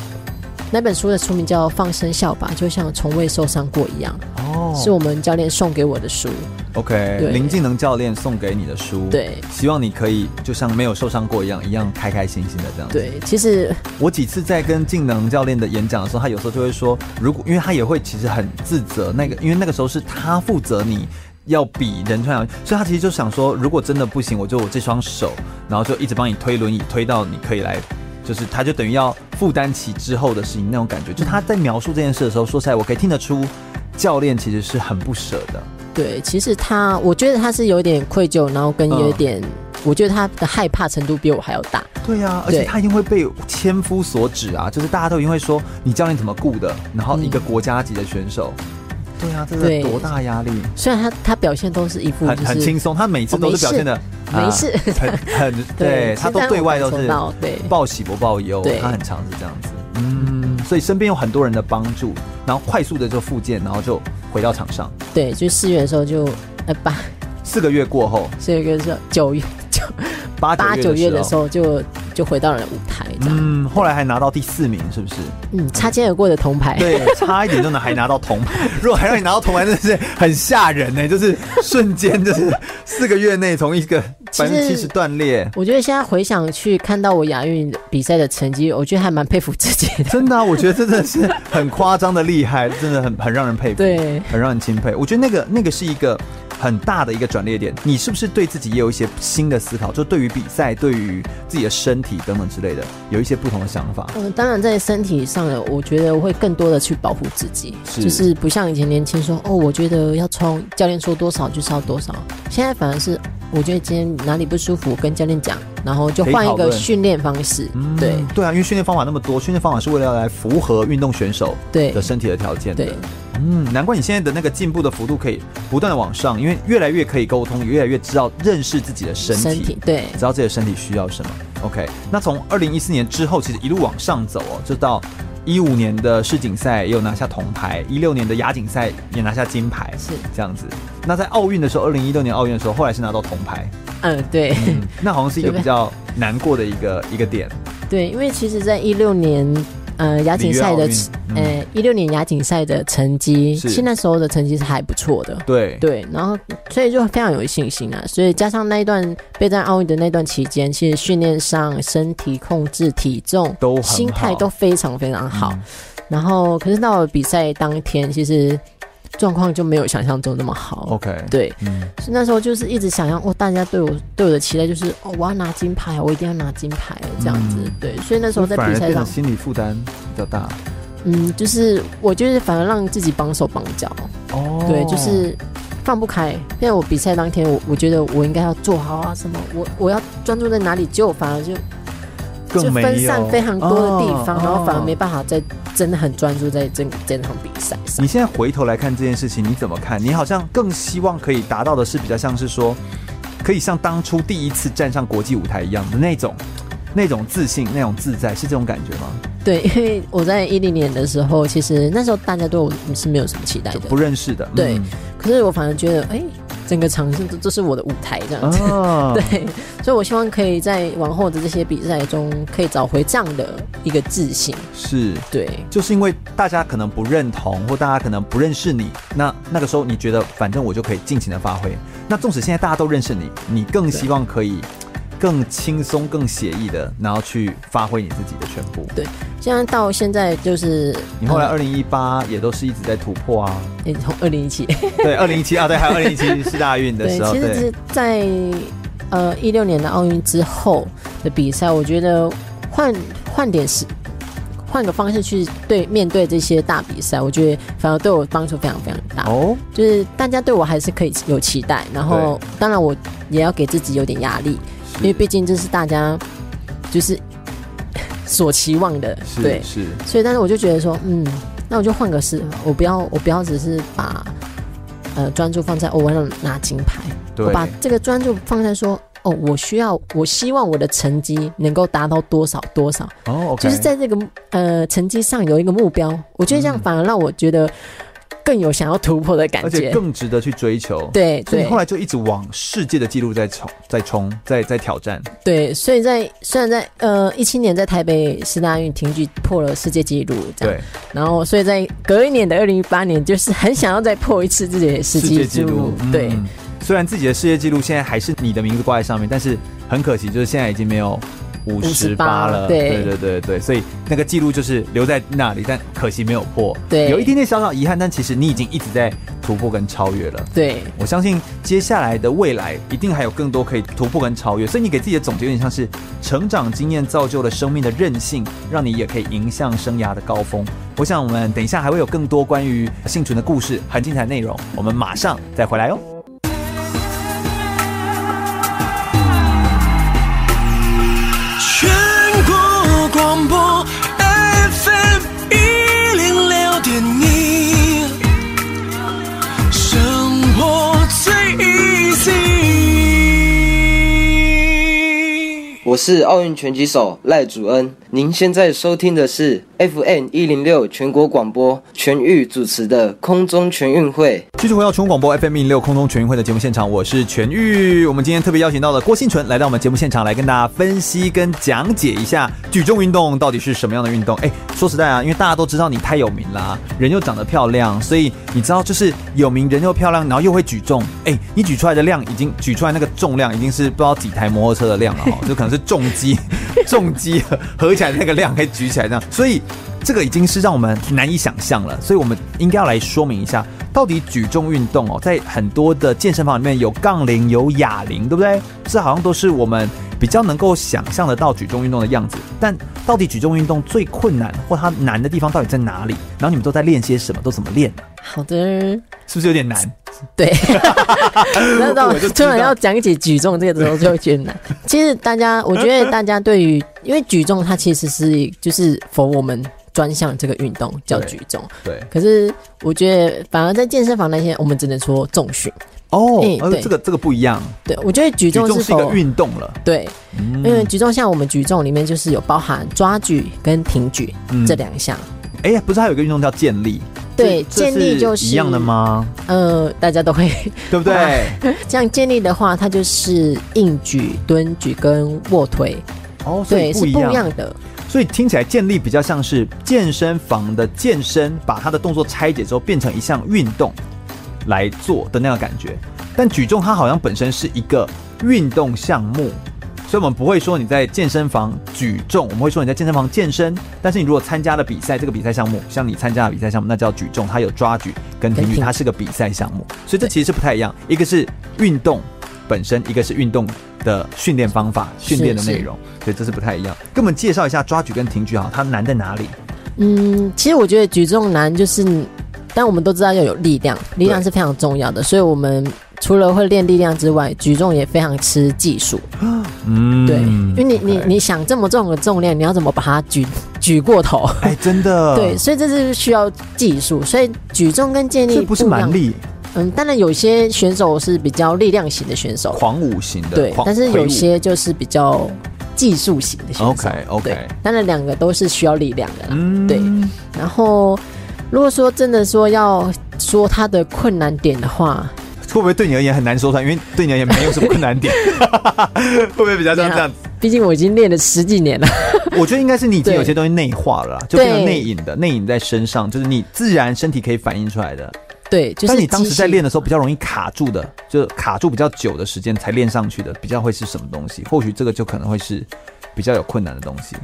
B: 那本书的书名叫《放声笑吧》，就像从未受伤过一样，
A: 哦，
B: 是我们教练送给我的书。
A: OK，
B: 对
A: 林敬能教练送给你的书，
B: 对
A: 希望你可以就像没有受伤过一样，一样开开心心的这样子。
B: 对，其实
A: 我几次在跟静能教练的演讲的时候，他有时候就会说，如果因为他也会其实很自责，那个因为那个时候是他负责你。要比仁川阳，所以他其实就想说，如果真的不行，我就我这双手，然后就一直帮你推轮椅，推到你可以来，就是他就等于要负担起之后的事情那种感觉。就他在描述这件事的时候，说实在，我可以听得出教练其实是很不舍的，
B: 对，其实他，我觉得他是有点愧疚，然后跟有一点，
A: 嗯
B: 我觉得他的害怕程度比我还要大。
A: 对呀、而且他一定会被千夫所指啊！就是大家都一定会说你教练怎么顾的，然后一个国家级的选手，对呀、这
B: 对
A: 是多大压力！
B: 虽然他他表现都是一副
A: 很
B: 就是
A: 很轻松，他每一次
B: 我没
A: 都是表
B: 事
A: 现的
B: 没事
A: 很很对
B: 对
A: 他都
B: 现在
A: 对
B: 我
A: 外
B: 感
A: 都
B: 受
A: 是
B: 到对
A: 报喜不报忧
B: 对，
A: 他很常是这样子。嗯，所以身边有很多人的帮助，然后快速的就复健，然后就回到场上。
B: 对，就四月的时候就呃八，
A: 四个月过后，
B: 四月的时候九月九
A: 八
B: 八九月
A: 的
B: 的时
A: 候，
B: 候就就回到了舞台这样，
A: 嗯，后来还拿到第四名，是不是？
B: 嗯，擦肩而过的铜牌，
A: 对，差一点就能还拿到铜牌。 如果还让你拿到铜牌，真的是很吓人呢、就是瞬间就是四个月内从一个百分之七十断裂。
B: 我觉得现在回想去看到我亚运比赛的成绩，我觉得还蛮佩服自己的。
A: 真的、啊，我觉得真的是很夸张的厉害，真的很很让人佩服，
B: 对
A: 很让人钦佩。我觉得那个那个是一个很大的一个转捩点。你是不是对自己也有一些新的思考？就对于比赛、对于自己的身体等等之类的，有一些不同的想法。
B: 嗯，当然在身体上呢，我觉得我会更多的去保护自己，
A: 是
B: 就是不像以前年轻说哦，我觉得要冲，教练说多少就是要多少。现在反而是我觉得今天哪里不舒服，跟教练讲，然后就
A: 可以
B: 换一
A: 讨
B: 个
A: 论
B: 训练方式。对
A: 嗯对啊，因为训练方法那么多，训练方法是为了要来符合运动选手
B: 对
A: 的身体的条件的。
B: 对，
A: 嗯，难怪你现在的那个进步的幅度可以不断的往上，因为越来越可以沟通，也越来越知道认识自己的身体，
B: 身体对
A: 知道自己的身体需要什么。OK，那从二零一四年之后，其实一路往上走哦，就到一五年的世锦赛也有拿下铜牌，一六年的亚锦赛也拿下金牌，
B: 是
A: 这样子。那在奥运的时候，二零一六年奥运的时候，后来是拿到铜牌，
B: 嗯 对、
A: 嗯，那好像是一个
B: 对
A: 比较难过的一个一个点。
B: 对，因为其实，在一六年。呃，亚锦赛的
A: 里约奥运嗯
B: 呃一六年亚锦赛的成绩，
A: 是
B: 其实那时候的成绩是还不错的。
A: 对，
B: 对，然后所以就非常有信心啊。所以加上那一段备战奥运的那段期间，其实训练上、身体控制、体重、
A: 都很好
B: 心态都非常非常好。
A: 嗯
B: 然后，可是到了比赛当天，其实状况就没有想象中那么好。
A: OK，，
B: 对，
A: 嗯，
B: 所以那时候就是一直想要，哦，大家对我对我的期待就是，哦，我要拿金牌，我一定要拿金牌，这样子。
A: 嗯
B: 对，所以那时候在
A: 反
B: 比
A: 而
B: 赛
A: 变成
B: 上，
A: 心理负担比较大。
B: 嗯，就是我就是反而让自己绑手绑脚。
A: 哦
B: 对，就是放不开。因为我比赛当天，我我觉得我应该要做好啊，什么我我要专注在哪里，结果反而就就
A: 更没有
B: 分散非常多的地方，
A: 哦
B: 然后反而
A: 哦
B: 没办法再真的很专注在这这场比赛上
A: 你。现在回头来看这件事情，你怎么看？你好像更希望可以达到的是比较像是说，可以像当初第一次站上国际舞台一样的那种。那种自信，那种自在，是这种感觉吗？
B: 对，因为我在一零年的时候，其实那时候大家对我是没有什么期待
A: 就
B: 的
A: 不，认识的，
B: 对可是我反而觉得，哎，整个场上这这是我的舞台这 样子。，
A: 嗯、啊
B: 对，所以我希望可以在往后的这些比赛中，可以找回这样的一个自信。
A: 是，
B: 对，
A: 就是因为大家可能不认同，或大家可能不认识你，那那个时候你觉得反正我就可以尽情的发挥。那纵使现在大家都认识你，你更希望可以更轻松、更写意的，然后去发挥你自己的全部。
B: 对，现在到现在就是
A: 你后来
B: 嗯
A: 二零一八也都是一直在突破啊，
B: 诶从二零一七，
A: 对，二零一七啊，对，还有二零一七世大运的
B: 对
A: 时，候，
B: 其实
A: 对
B: 只是，在呃一六年的奥运之后的比赛，我觉得换换点是换个方式去对面对这些大比赛，我觉得反而对我帮助非常非常大。
A: 哦，
B: 就是大家对我还是可以有期待，然后当然我也要给自己有点压力，因为毕竟这是大家就是所期望的，对
A: 是，是，
B: 所以，但是我就觉得说，嗯，那我就换个事，我不要，我不要只是把呃专注放在哦，我要拿金牌，
A: 对
B: 我把这个专注放在说，哦，我需要，我希望我的成绩能够达到多少多少，
A: 哦，OK，
B: 就是在这个呃成绩上有一个目标，我觉得这样
A: 嗯
B: 反而让我觉得更有想要突破的感
A: 而且
B: 觉。
A: 更值得去追求。，
B: 对
A: 所以
B: 对
A: 你后来就一直往世界的纪录在冲，在冲，在在挑战。
B: 对，所以在虽然在呃一七年在台北市大运挺举破了世界纪录，这样
A: 对，
B: 然后，所以在隔一年的二零一八年，就是很想要再破一次自己的世界纪录。
A: 嗯
B: 对、
A: 虽然自己的世界纪录现在还是你的名字挂在上面，但是很可惜，就是现在已经没有。五十八
B: 58
A: 了，
B: 对
A: 对对对对，所以那个记录就是留在那里，但可惜没有破。
B: 对
A: 有一点点小小遗憾，但其实你已经一直在突破跟超越了。
B: 对，
A: 我相信接下来的未来一定还有更多可以突破跟超越，所以你给自己的总结有点像是成长经验造就了生命的韧性，让你也可以迎向生涯的高峰。我想我们等一下还会有更多关于幸存的故事和精彩内容，我们马上再回来哦。
E: 全国广播 FM 一零六点一，生活最 easy。
D: 我是奥运拳击手赖祖恩，您现在收听的是 FM 一零六全国广播全域主持的空中全运会。
A: 继续回到全国广播 FM 一六空中全运会的节目现场，我是全玉。我们今天特别邀请到了郭幸纯来到我们节目现场，来跟大家分析跟讲解一下举重运动到底是什么样的运动。哎，说实在啊，因为大家都知道你太有名啦，人又长得漂亮，所以你知道就是有名人又漂亮，然后又会举重。哎，你举出来的量已经举出来那个重量已经是不知道几台摩托车的量了哈，就可能是重机 重机合起来的那个量可以举起来这样，所以。这个已经是让我们难以想象了，所以我们应该要来说明一下，到底举重运动哦，在很多的健身房里面有杠铃、有哑铃，对不对？这好像都是我们比较能够想象得到举重运动的样子。但到底举重运动最困难或它难的地方到底在哪里？然后你们都在练些什么？都怎么练？
B: 好的，
A: 是不是有点难？
B: 对，那到
A: 我就知道
B: 突然要讲解举重这个时候就会觉 得难。其实大家，我觉得大家对于因为举重它其实是就是否我们专项这个运动叫
A: 对
B: 举重，
A: 对
B: 可是我觉得反而在健身房那些我们只能说重训。
A: 哦，
B: 哎
A: 呃
B: 对
A: 这个这个不一样，
B: 对，我觉得举
A: 举
B: 重
A: 重
B: 是
A: 是一个
B: 否
A: 运动了，
B: 对，
A: 嗯
B: 因为举重像我们举重里面就是有包含抓举跟挺举
A: 嗯
B: 这两项。
A: 哎，不是还有一个运动叫健力？
B: 对，
A: 这
B: 健力就是
A: 一样的？吗？
B: 呃，大家都会
A: 对不 对？
B: 这样健力的话，它就是硬举、蹲举跟卧推，
A: 哦，所以
B: 对，是
A: 不一
B: 不一
A: 样。
B: 样的。
A: 所以听起来健力比较像是健身房的健身，把它的动作拆解之后变成一项运动来做的那个感觉。但举重它好像本身是一个运动项目，所以我们不会说你在健身房举重，我们会说你在健身房健身。但是你如果参加了比赛，这个比赛项目，像你参加的比赛项目，那叫举重，它有抓举跟挺
B: 跟
A: 举，
B: 挺
A: 它是个比赛项目，所以这其实是不太一样。一个是运动本身，一个是运动的训练方法、训练的
B: 是
A: 内容。对，这是不太一样。跟我们介绍一下抓举跟挺举好，它难在哪里？
B: 嗯，其实我觉得举重难就是你，但我们都知道要有力量，力量
A: 对
B: 是非常重要的，所以我们除了会练力量之外，举重也非常吃技术。
A: 嗯
B: 对，因为你你
A: OK
B: 你想这么重的重量，你要怎么把它举举过头？
A: 哎，真的，
B: 对，，所以这是需要技术，所以举重跟健力
A: 这不是
B: 一样
A: 蛮力，
B: 嗯，当然有些选手是比较力量型的选手，
A: 狂舞型的，
B: 对，
A: 狂
B: 但是
A: 魁
B: 有
A: 舞
B: 些就是比较技术型的选手。
A: OK，OK
B: 对，当然两个都是需要力量的啦。
A: 嗯
B: 对然后，如果说真的说要说它的困难点的话，
A: 会不会对你而言很难说出来？因为对你而言没有什么困 难点，会不会比较像这样子？
B: 毕竟我已经练了十几年了。
A: 我觉得应该是你已经
B: 对
A: 有些东西内化了啦，就变成
B: 对
A: 内隐的，内隐在身上，就是你自然身体可以反映出来的。
B: 对，就是
A: 但你当时在
B: 机械嗯
A: 练的时候比较容易卡住的，就卡住比较久的时间才练上去的，比较会是什么东西？或许这个就可能会是比较有困难的东西。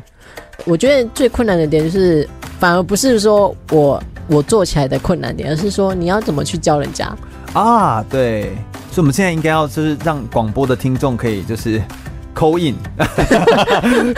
B: 我觉得最困难的点就是，反而不是说我我做起来的困难点，而是说你要怎么去教人家。
A: 啊，对，所以我们现在应该要就是让广播的听众可以就是扣 印，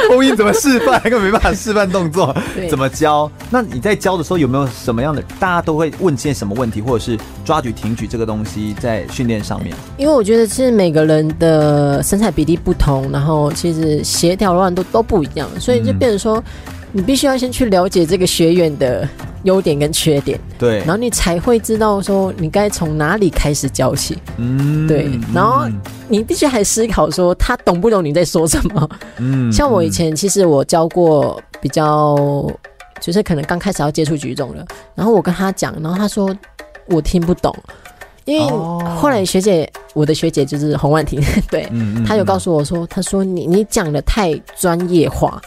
A: 扣印怎么示范，根本没办法示范动作
B: 对，
A: 怎么教？那你在教的时候有没有什么样的大家都会问些什么问题，或者是抓举、挺举这个东西在训练上面？
B: 因为我觉得是每个人的身材比例不同，然后其实协调乱都都不一样，所以就变成说，你必须要先去了解这个学员的优点跟缺点，
A: 对，
B: 然后你才会知道说你该从哪里开始教起。
A: 嗯
B: 对，然后
A: 嗯
B: 你必须还思考说他懂不懂你在说什么。
A: 嗯
B: 像我以
A: 嗯
B: 前其实我教过比较，就是可能刚开始要接触举重了，然后我跟他讲，然后他说我听不懂，因为
A: 哦
B: 后来学姐，我的学姐就是洪婉婷， 对。
A: 嗯嗯
B: 她有告
A: 嗯
B: 诉我说：“她说你你讲的太专业化，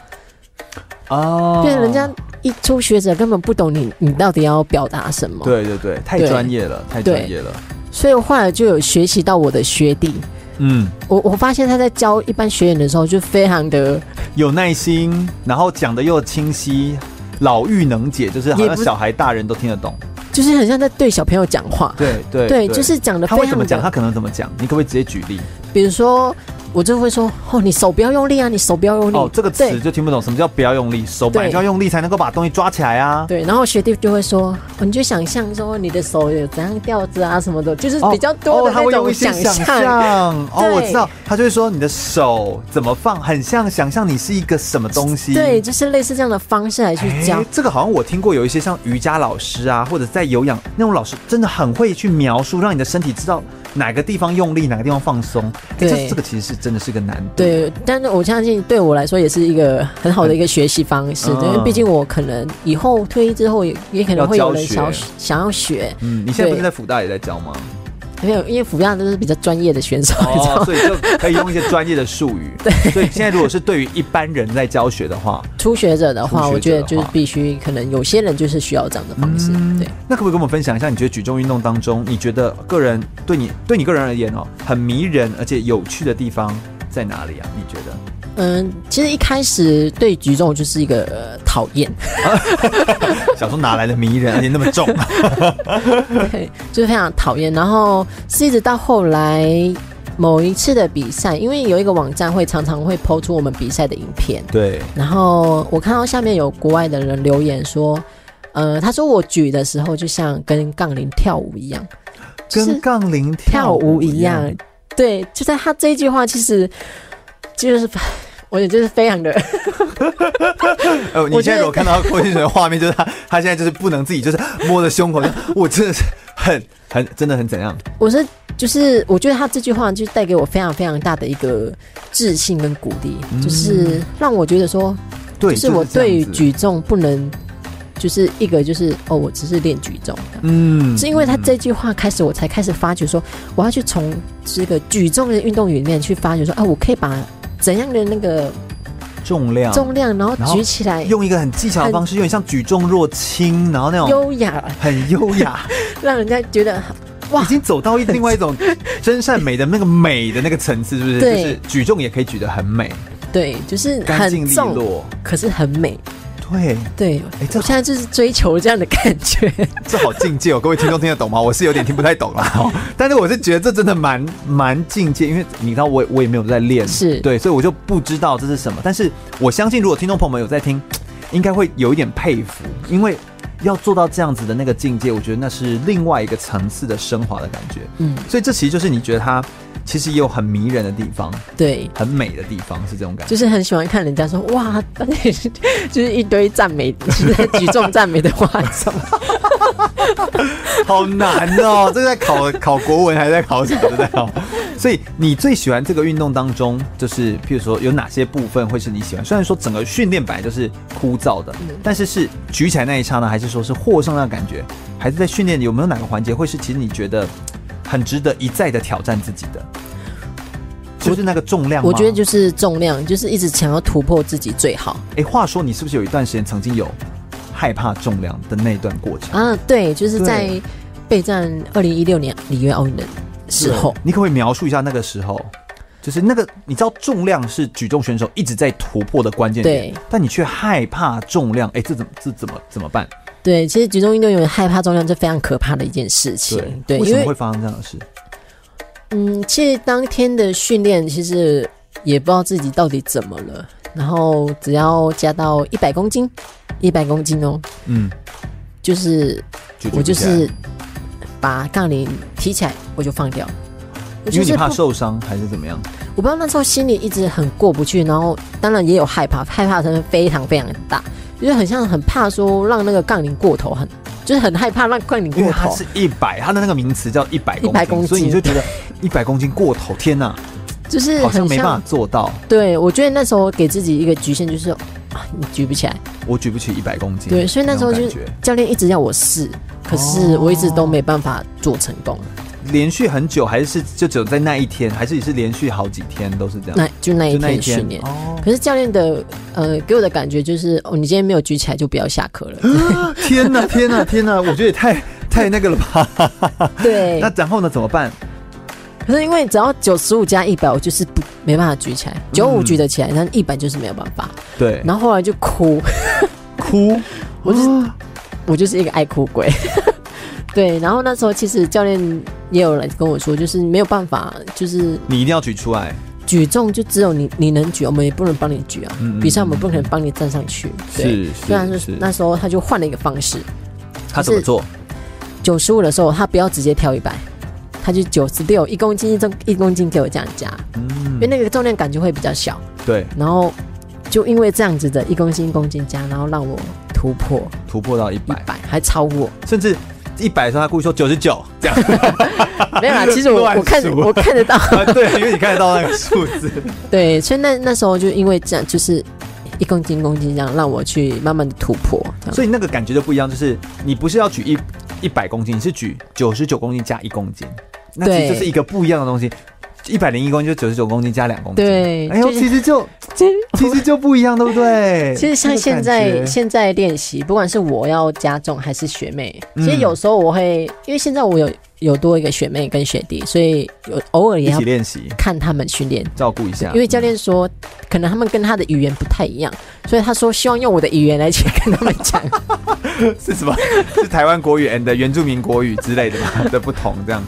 A: 哦，
B: 对，人家一初学者根本不懂你你到底要表达什么。”，
A: 对对对，太
B: 对
A: 专业了，太
B: 对
A: 专业了，
B: 所以我后来就有学习到我的学弟，
A: 嗯。
B: 我我发现他在教一般学员的时候就非常的
A: 有耐心，然后讲的又清晰，老妪能解，就是好
B: 也
A: 像
B: 不是
A: 小孩大人都听得懂。
B: 就是很像在对小朋友讲话。
A: 对对
B: 对就是讲得
A: 他会
B: 非常
A: 怎么讲？
B: 的
A: 他可能怎么讲？你可不可以直接举例？
B: 比如说，我就会说：“哦，你手不要用力啊，你手不要用力。”
A: 哦，这个词
B: 对
A: 就听不懂，什么叫不要用力？手本来
B: 对
A: 就要用力才能够把东西抓起来啊。
B: 对，然后学弟就会说：“哦，你就想象说你的手有怎样吊子啊什么的，就是
A: 哦
B: 比较多
A: 哦
B: 的
A: 他
B: 那
A: 会用
B: 种
A: 一些想
B: 象。
A: 象哦，
B: 对
A: 我知道，他就会说你的手怎么放，很像想象你是一个什么东西。
B: 对，就是类似这样的方式来去
A: 哎
B: 教。
A: 这个好像我听过有一些像瑜伽老师啊，或者在有氧那种老师，真的很会去描述，让你的身体知道哪个地方用力，哪个地方放松。哎
B: 对
A: 这这个其实是真的是个难度。
B: 对，但是我相信对我来说也是一个很好的一个学习方式，
A: 嗯
B: 因为毕竟我可能以后退役之后也也可能会有人
A: 要
B: 想
A: 教
B: 要
A: 学
B: 想要学，
A: 嗯，你现在不是
B: 对
A: 在辅大也在教吗？
B: 没有，因为辅大都是比较专业的选手，你知道
A: 哦，
B: 吗？
A: 所以就可以用一些专业的术 语。对，所以现在如果是对于一般人在教学的话，
B: 初学者的话，
A: 初学者的话
B: 我觉得就是必须，可能有些人就是需要这样的方式，对。
A: 那可不可以跟我们分享一下，你觉得举重运动当中，你觉得个人对你对你个人而言哦，很迷人而且有趣的地方在哪里啊？你觉 得？
B: 嗯，其实一开始对举重就是一个、呃讨厌，
A: 小时候哪来的迷人，而且那么重？
B: 对，就是非常讨厌。然后是一直到后来某一次的比赛，因为有一个网站会常常会抛出我们比赛的影片，
A: 对，
B: 然后我看到下面有国外的人留言说，呃，他说我举的时候就像跟杠铃跳舞一样，就是
A: 跟杠铃
B: 跳舞一
A: 样
B: 样。对，就在他这一句话，其实就是。 我也就是非常的，
A: 呃，你
B: 我
A: 现
B: 觉
A: 在
B: 得
A: 有看到郭先生的画面，就是他，他现在就是不能自己，就是摸着胸口，就我真的是很很真的很怎样？
B: 我是就是我觉得他这句话就带给我非常非常大的一个自信跟鼓励，就是让我觉得说，
A: 嗯对，
B: 就是我
A: 这样
B: 对于
A: 子，
B: 举重不能，就是一个就是哦，我只是练举重，
A: 嗯
B: 是因为他这句话开始，我才开始发觉说，我要去从这个举重的运动里面去发觉说，啊，我可以把怎样的那个
A: 重量，
B: 重量，然后
A: 然后
B: 举起来，
A: 用一个很技巧的
B: 很
A: 方式，有点像举重若轻，然后那种
B: 优雅，
A: 很优雅，
B: 让人家觉得哇
A: 已经走到一另外一种真善美的那个美的那个层次，是不是？
B: 对
A: 就是举重也可以举得很美，
B: 对，就是
A: 干净
B: 很
A: 利
B: 重，
A: 落。
B: 可是很美。
A: 对，
B: 对，
A: 哎，这
B: 我现在就是追求这样的感觉。
A: 这好境界哦，各位听众听得懂吗？我是有点听不太懂 啦，哦但是我是觉得这真的蛮蛮境界，因为你知道我也我也没有在练，
B: 是
A: 对，所以我就不知道这是什么。但是我相信，如果听众朋友们有在听，应该会有一点佩服，因为要做到这样子的那个境界，我觉得那是另外一个层次的升华的感觉。
B: 嗯，
A: 所以这其实就是你觉得它其实也有很迷人的地方，
B: 对。
A: 很美的地方，是这种感觉。
B: 就是很喜欢看人家说哇， 就是一堆赞美，就是在举重赞美的话中，
A: 好难哦， 这在考考国文还是在考什么都在考。所以你最喜欢这个运动当中，就是譬如说有哪些部分会是你喜欢？虽然说整个训练本来就是枯燥的，
B: 嗯
A: 但是是举起来那一刹那，还是说是获胜那感觉，还是在训练里有没有哪个环节会是其实你觉得很值得一再的挑战自己的？就是那个重量吗
B: 我觉得就是重量，就是一直想要突破自己最好。
A: 哎、话说你是不是有一段时间曾经有害怕重量的那一段过程？
B: 啊，对，就是
A: 对
B: 在备战二零一六年里约奥运的时候，
A: 你可不可以描述一下那个时候？就是那个，你知道重量是举重选手一直在突破的关键点
B: 对，
A: 但你却害怕重量，哎、这怎么这怎么怎么办？
B: 对，其实举重运动员害怕重量，这非常可怕的一件事情。对，
A: 为
B: 因
A: 什么会
B: 为
A: 发生这样的事？
B: 嗯，其实当天的训练其实也不知道自己到底怎么了，然后只要加到一百公斤，一百公斤哦，
A: 嗯，
B: 就是
A: 举重
B: 我就
A: 比起来
B: 是把杠铃提起来，我就放掉。我
A: 啊因
B: 就
A: 为
B: 是
A: 你怕
B: 不
A: 受伤还是怎么样？
B: 我不知道那时候心里一直很过不去，然后当然也有害怕，害怕的成分非常非常大，就是很像很怕说让那个杠铃过头很，就是很害怕让杠铃
A: 因为
B: 过
A: 它
B: 头
A: 啊是。一百，它的那个名词叫一百公斤，
B: 100公斤
A: 所以你就觉得一百公斤过头，天哪，
B: 就是
A: 好
B: 很
A: 像没办法做到，
B: 对，我觉得那时候给自己一个局限就是啊，你举不起来。
A: 我举不起一百公斤。
B: 对，所以那时候
A: 种
B: 就
A: 感觉哦
B: 教练一直要我试，可是我一直都没办法做成功。
A: 连续很久，还是就只有在那一天，还是也是连续好几天都是这样？
B: 那就那一
A: 就那一
B: 天
A: 天
B: 训练。
A: 哦，
B: 可是教练的呃给我的感觉就是，哦，你今天没有举起来就不要下课了。
A: 天哪，天哪，天哪！我觉得也太太那个了吧？
B: 对
A: 那，然后呢？怎么办？
B: 可是因为只要九十五加一百，我就是不没办法举起来，九五举得起来，但一百就是没有办法。
A: 嗯对，
B: 然后后来就哭，
A: 哭，
B: 我就是、我就是一个爱哭鬼， 对，然后那时候其实教练也有来跟我说，就是没有办法，就是
A: 你一定要举出来。
B: 举重就只有你你能举，我们也不能帮你举啊。比赛我们不可能帮你站上去。
A: 嗯
B: 对
A: 是，是
B: 虽然说
A: 是
B: 那时候他就换了一个方式，
A: 他怎么做？
B: 九十五的时候他不要直接跳一百，他就九十六一公斤一重一公斤给我这样加，
A: 嗯
B: 因为那个重量感觉会比较小。
A: 对，
B: 然后就因为这样子的一公斤一公斤加，然后让我突破
A: 突破到一
B: 一
A: 百，
B: 百，还 超过。
A: 甚至一百的时候他故意说九十九这样。
B: 没有啦，其实我
A: 乱
B: 我看
A: 数
B: 我看 得到，
A: 啊，对，因为你看得到那个数 字。
B: 对，所以那那时候就因为这样，就是一公斤一公斤这样，让我去慢慢的突破。这样
A: 所以那个感觉就不一样，就是你不是要举一一百公斤，你是举九十九公斤加一公斤，那其实
B: 对
A: 就是一个不一样的东西。一百零一公斤就九十九公斤加两公斤，
B: 对
A: 哎呦，
B: 就是
A: 其实就
B: 其实
A: 其实就不一样，对不对？
B: 其实像
A: 那个
B: 现
A: 感
B: 在
A: 觉
B: 现在练习，不管是我要加重还是学妹，
A: 嗯
B: 其实有时候我会，因为现在我有有多一个学妹跟学弟，所以有偶尔也
A: 一
B: 要
A: 起练啊习，
B: 看他们训练。
A: 照顾一下，
B: 因为教练说，可能他们跟他的语言不太一样，所以他说希望用我的语言来去 跟他们讲。
A: 是什么？ 是台湾国语 and 原住民国语之类的嘛的不同，这样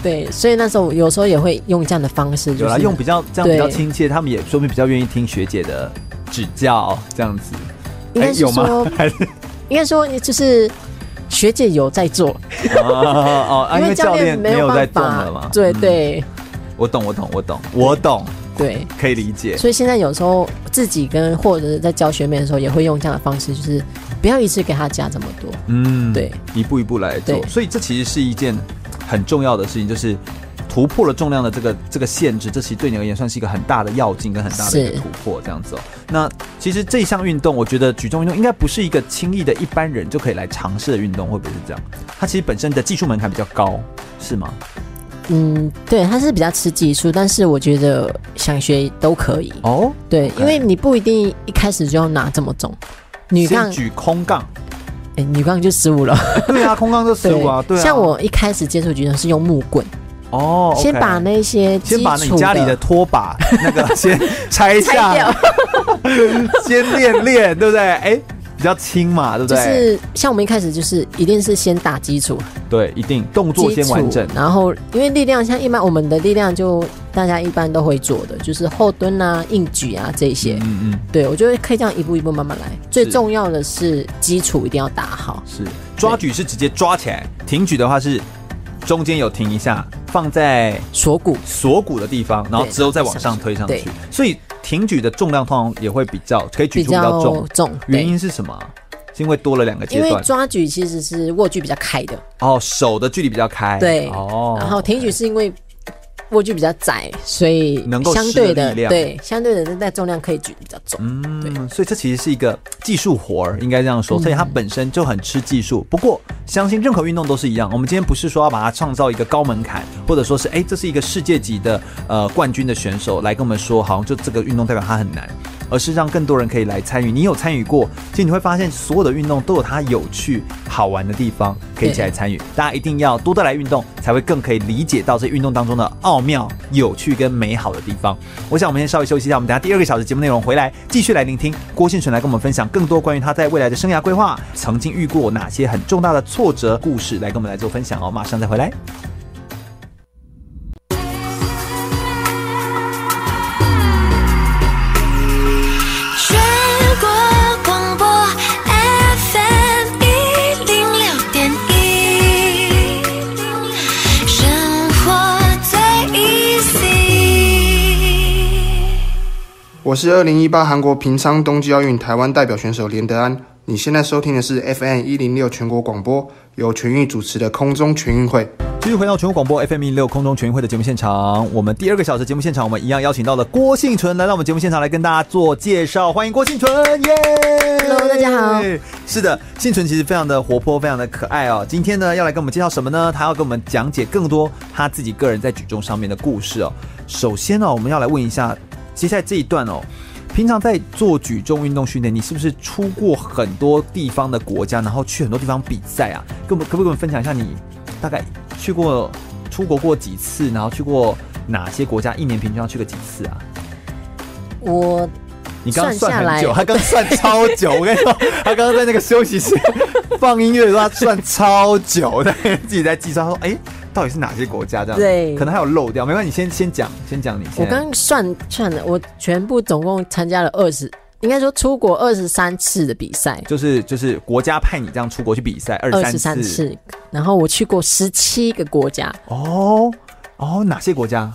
B: 对，所以那时候有时候也会用这样的方式，
A: 有
B: 就
A: 啦，
B: 是
A: 用比较这样比较
B: 对
A: 亲切，他们也说明比较愿意听学姐的指教，这样子。
B: 应该
A: 哎
B: 是
A: 有吗
B: 说？
A: 还是
B: 应该说就是学姐有在做，
A: 哦哦哦，啊因为教练没
B: 没
A: 有在
B: 办
A: 动了
B: 法
A: 嘛。，
B: 对
A: 嗯
B: 对
A: 我懂，我懂，我懂，我懂，
B: 对，
A: 可以理解。
B: 所以现在有时候自己跟或者是在教学妹的时候，也会用这样的方式，就是不要一次给她加这么多。
A: 嗯，
B: 对，
A: 一步一步来做。
B: 对
A: 所以这其实是一件很重要的事情，就是突破了重量的这个这个限制，这其实对你而言算是一个很大的要进跟很大的一个
B: 是
A: 突破，这样子哦。那其实这项运动，我觉得举重运动应该不是一个轻易的一般人就可以来尝试的运动，会不会是这样？它其实本身的技术门槛比较高，是吗？
B: 嗯，对，她是比较吃技术，但是我觉得想学都可以。
A: 哦，
B: 对，
A: OK
B: 因为你不一定一开始就要拿这么重。女
A: 先
B: 杠，
A: 举空杠，
B: 哎，女杠就十 五了。
A: 对啊，空杠就十
B: 对
A: 五啊，对啊。
B: 像我一开始接触举重是用木棍，
A: 哦，OK，
B: 先把那些基
A: 先把你
B: 础
A: 家里的
B: 的
A: 拖把那个先拆
B: 拆
A: 下
B: 掉，，
A: 先练练，对不对？哎、比较轻嘛，对不
B: 就
A: 对？
B: 是像我们一开始就是一定是先打基础，
A: 对，一定动作
B: 基
A: 先
B: 础，
A: 完整。
B: 然后因为力量像一般我们的力量就大家一般都会做的，就是后蹲啊、硬举啊这些。
A: 嗯嗯，
B: 对，我觉得可以这样一步一步慢慢来。最重要的是基础一定要打好。
A: 是抓举是直接抓起来，挺举的话是中间有停一下，放在
B: 锁骨
A: 锁骨的地方，然后之后再往上推上去
B: 对。
A: 所以挺举的重量通常也会比较可以举
B: 比
A: 出比较
B: 较
A: 重，
B: 重，
A: 原
B: 对，
A: 因是什么啊？是因为多了两个阶
B: 因为
A: 段，
B: 抓举其实是握距比较开的，
A: 哦，手的距离比较开，
B: 对。
A: 哦，
B: 然后挺举是因为握距比较窄，所以
A: 能够
B: 相对
A: 施
B: 的
A: 力量
B: 对相对的那重量可以举比较重。
A: 嗯，所以这其实是一个技术活儿，应该这样说。所以它本身就很吃技术。不过，相信任何运动都是一样。我们今天不是说要把它创造一个高门槛，或者说是哎、这是一个世界级的呃冠军的选手来跟我们说，好像就这个运动代表他很难，而是让更多人可以来参与。你有参与过，其实你会发现所有的运动都有它有趣好玩的地方，可以一起来参与。大家一定要多多来运动，才会更可以理解到这运动当中的奥妙、有趣跟美好的地方。我想我们先稍微休息一下，我们等下第二个小时节目内容回来，继续来聆听郭信纯来跟我们分享更多关于他在未来的生涯规划，曾经遇过哪些很重大的挫折故事，来跟我们来做分享哦。马上再回来。
C: 全国广播 FM 一零六点一，生活最 easy。
F: 我是二零一八韩国平昌冬季奥运台湾代表选手连德安。你现在收听的是 FM 一零六全国广播，由全运主持的空中全运会。
A: 继续回到全国广播 FM 一六空中全运会的节目现场，我们第二个小时节目现场，我们一样邀请到了郭幸存来到我们节目现场来跟大家做介绍，欢迎郭幸存，耶
B: Hello，大家好。
A: 是的，幸存其实非常的活泼，非常的可爱哦。今天呢，要来跟我们介绍什么呢？他要跟我们讲解更多他自己个人在举重上面的故事哦。首先呢、我们要来问一下，接下来这一段哦。平常在做举重运动训练，你是不是出过很多地方的国家，然后去很多地方比赛啊？跟我们可不可以跟我们分享一下你大概去过出国过几次，然后去过哪些国家？一年平均要去个几次啊？
B: 我
A: 你刚刚
B: 算下
A: 算很久，
B: 来
A: 他刚算超久。我跟 你说，他刚刚在那个休息室 放音乐的时候，他算超久， 他自己在计算说，哎、到底是哪些国家这样？
B: 对
A: 可能还有漏掉，没关系，你先先讲，先讲你
B: 我
A: 先。
B: 刚刚算算了，我全部总共参加了二十，应该说出国二十三次的比赛，
A: 就是就是国家派你这样出国去比赛二
B: 二
A: 三
B: 十三次，然后我去过十七个国家，
A: 哦哦，哪些国家？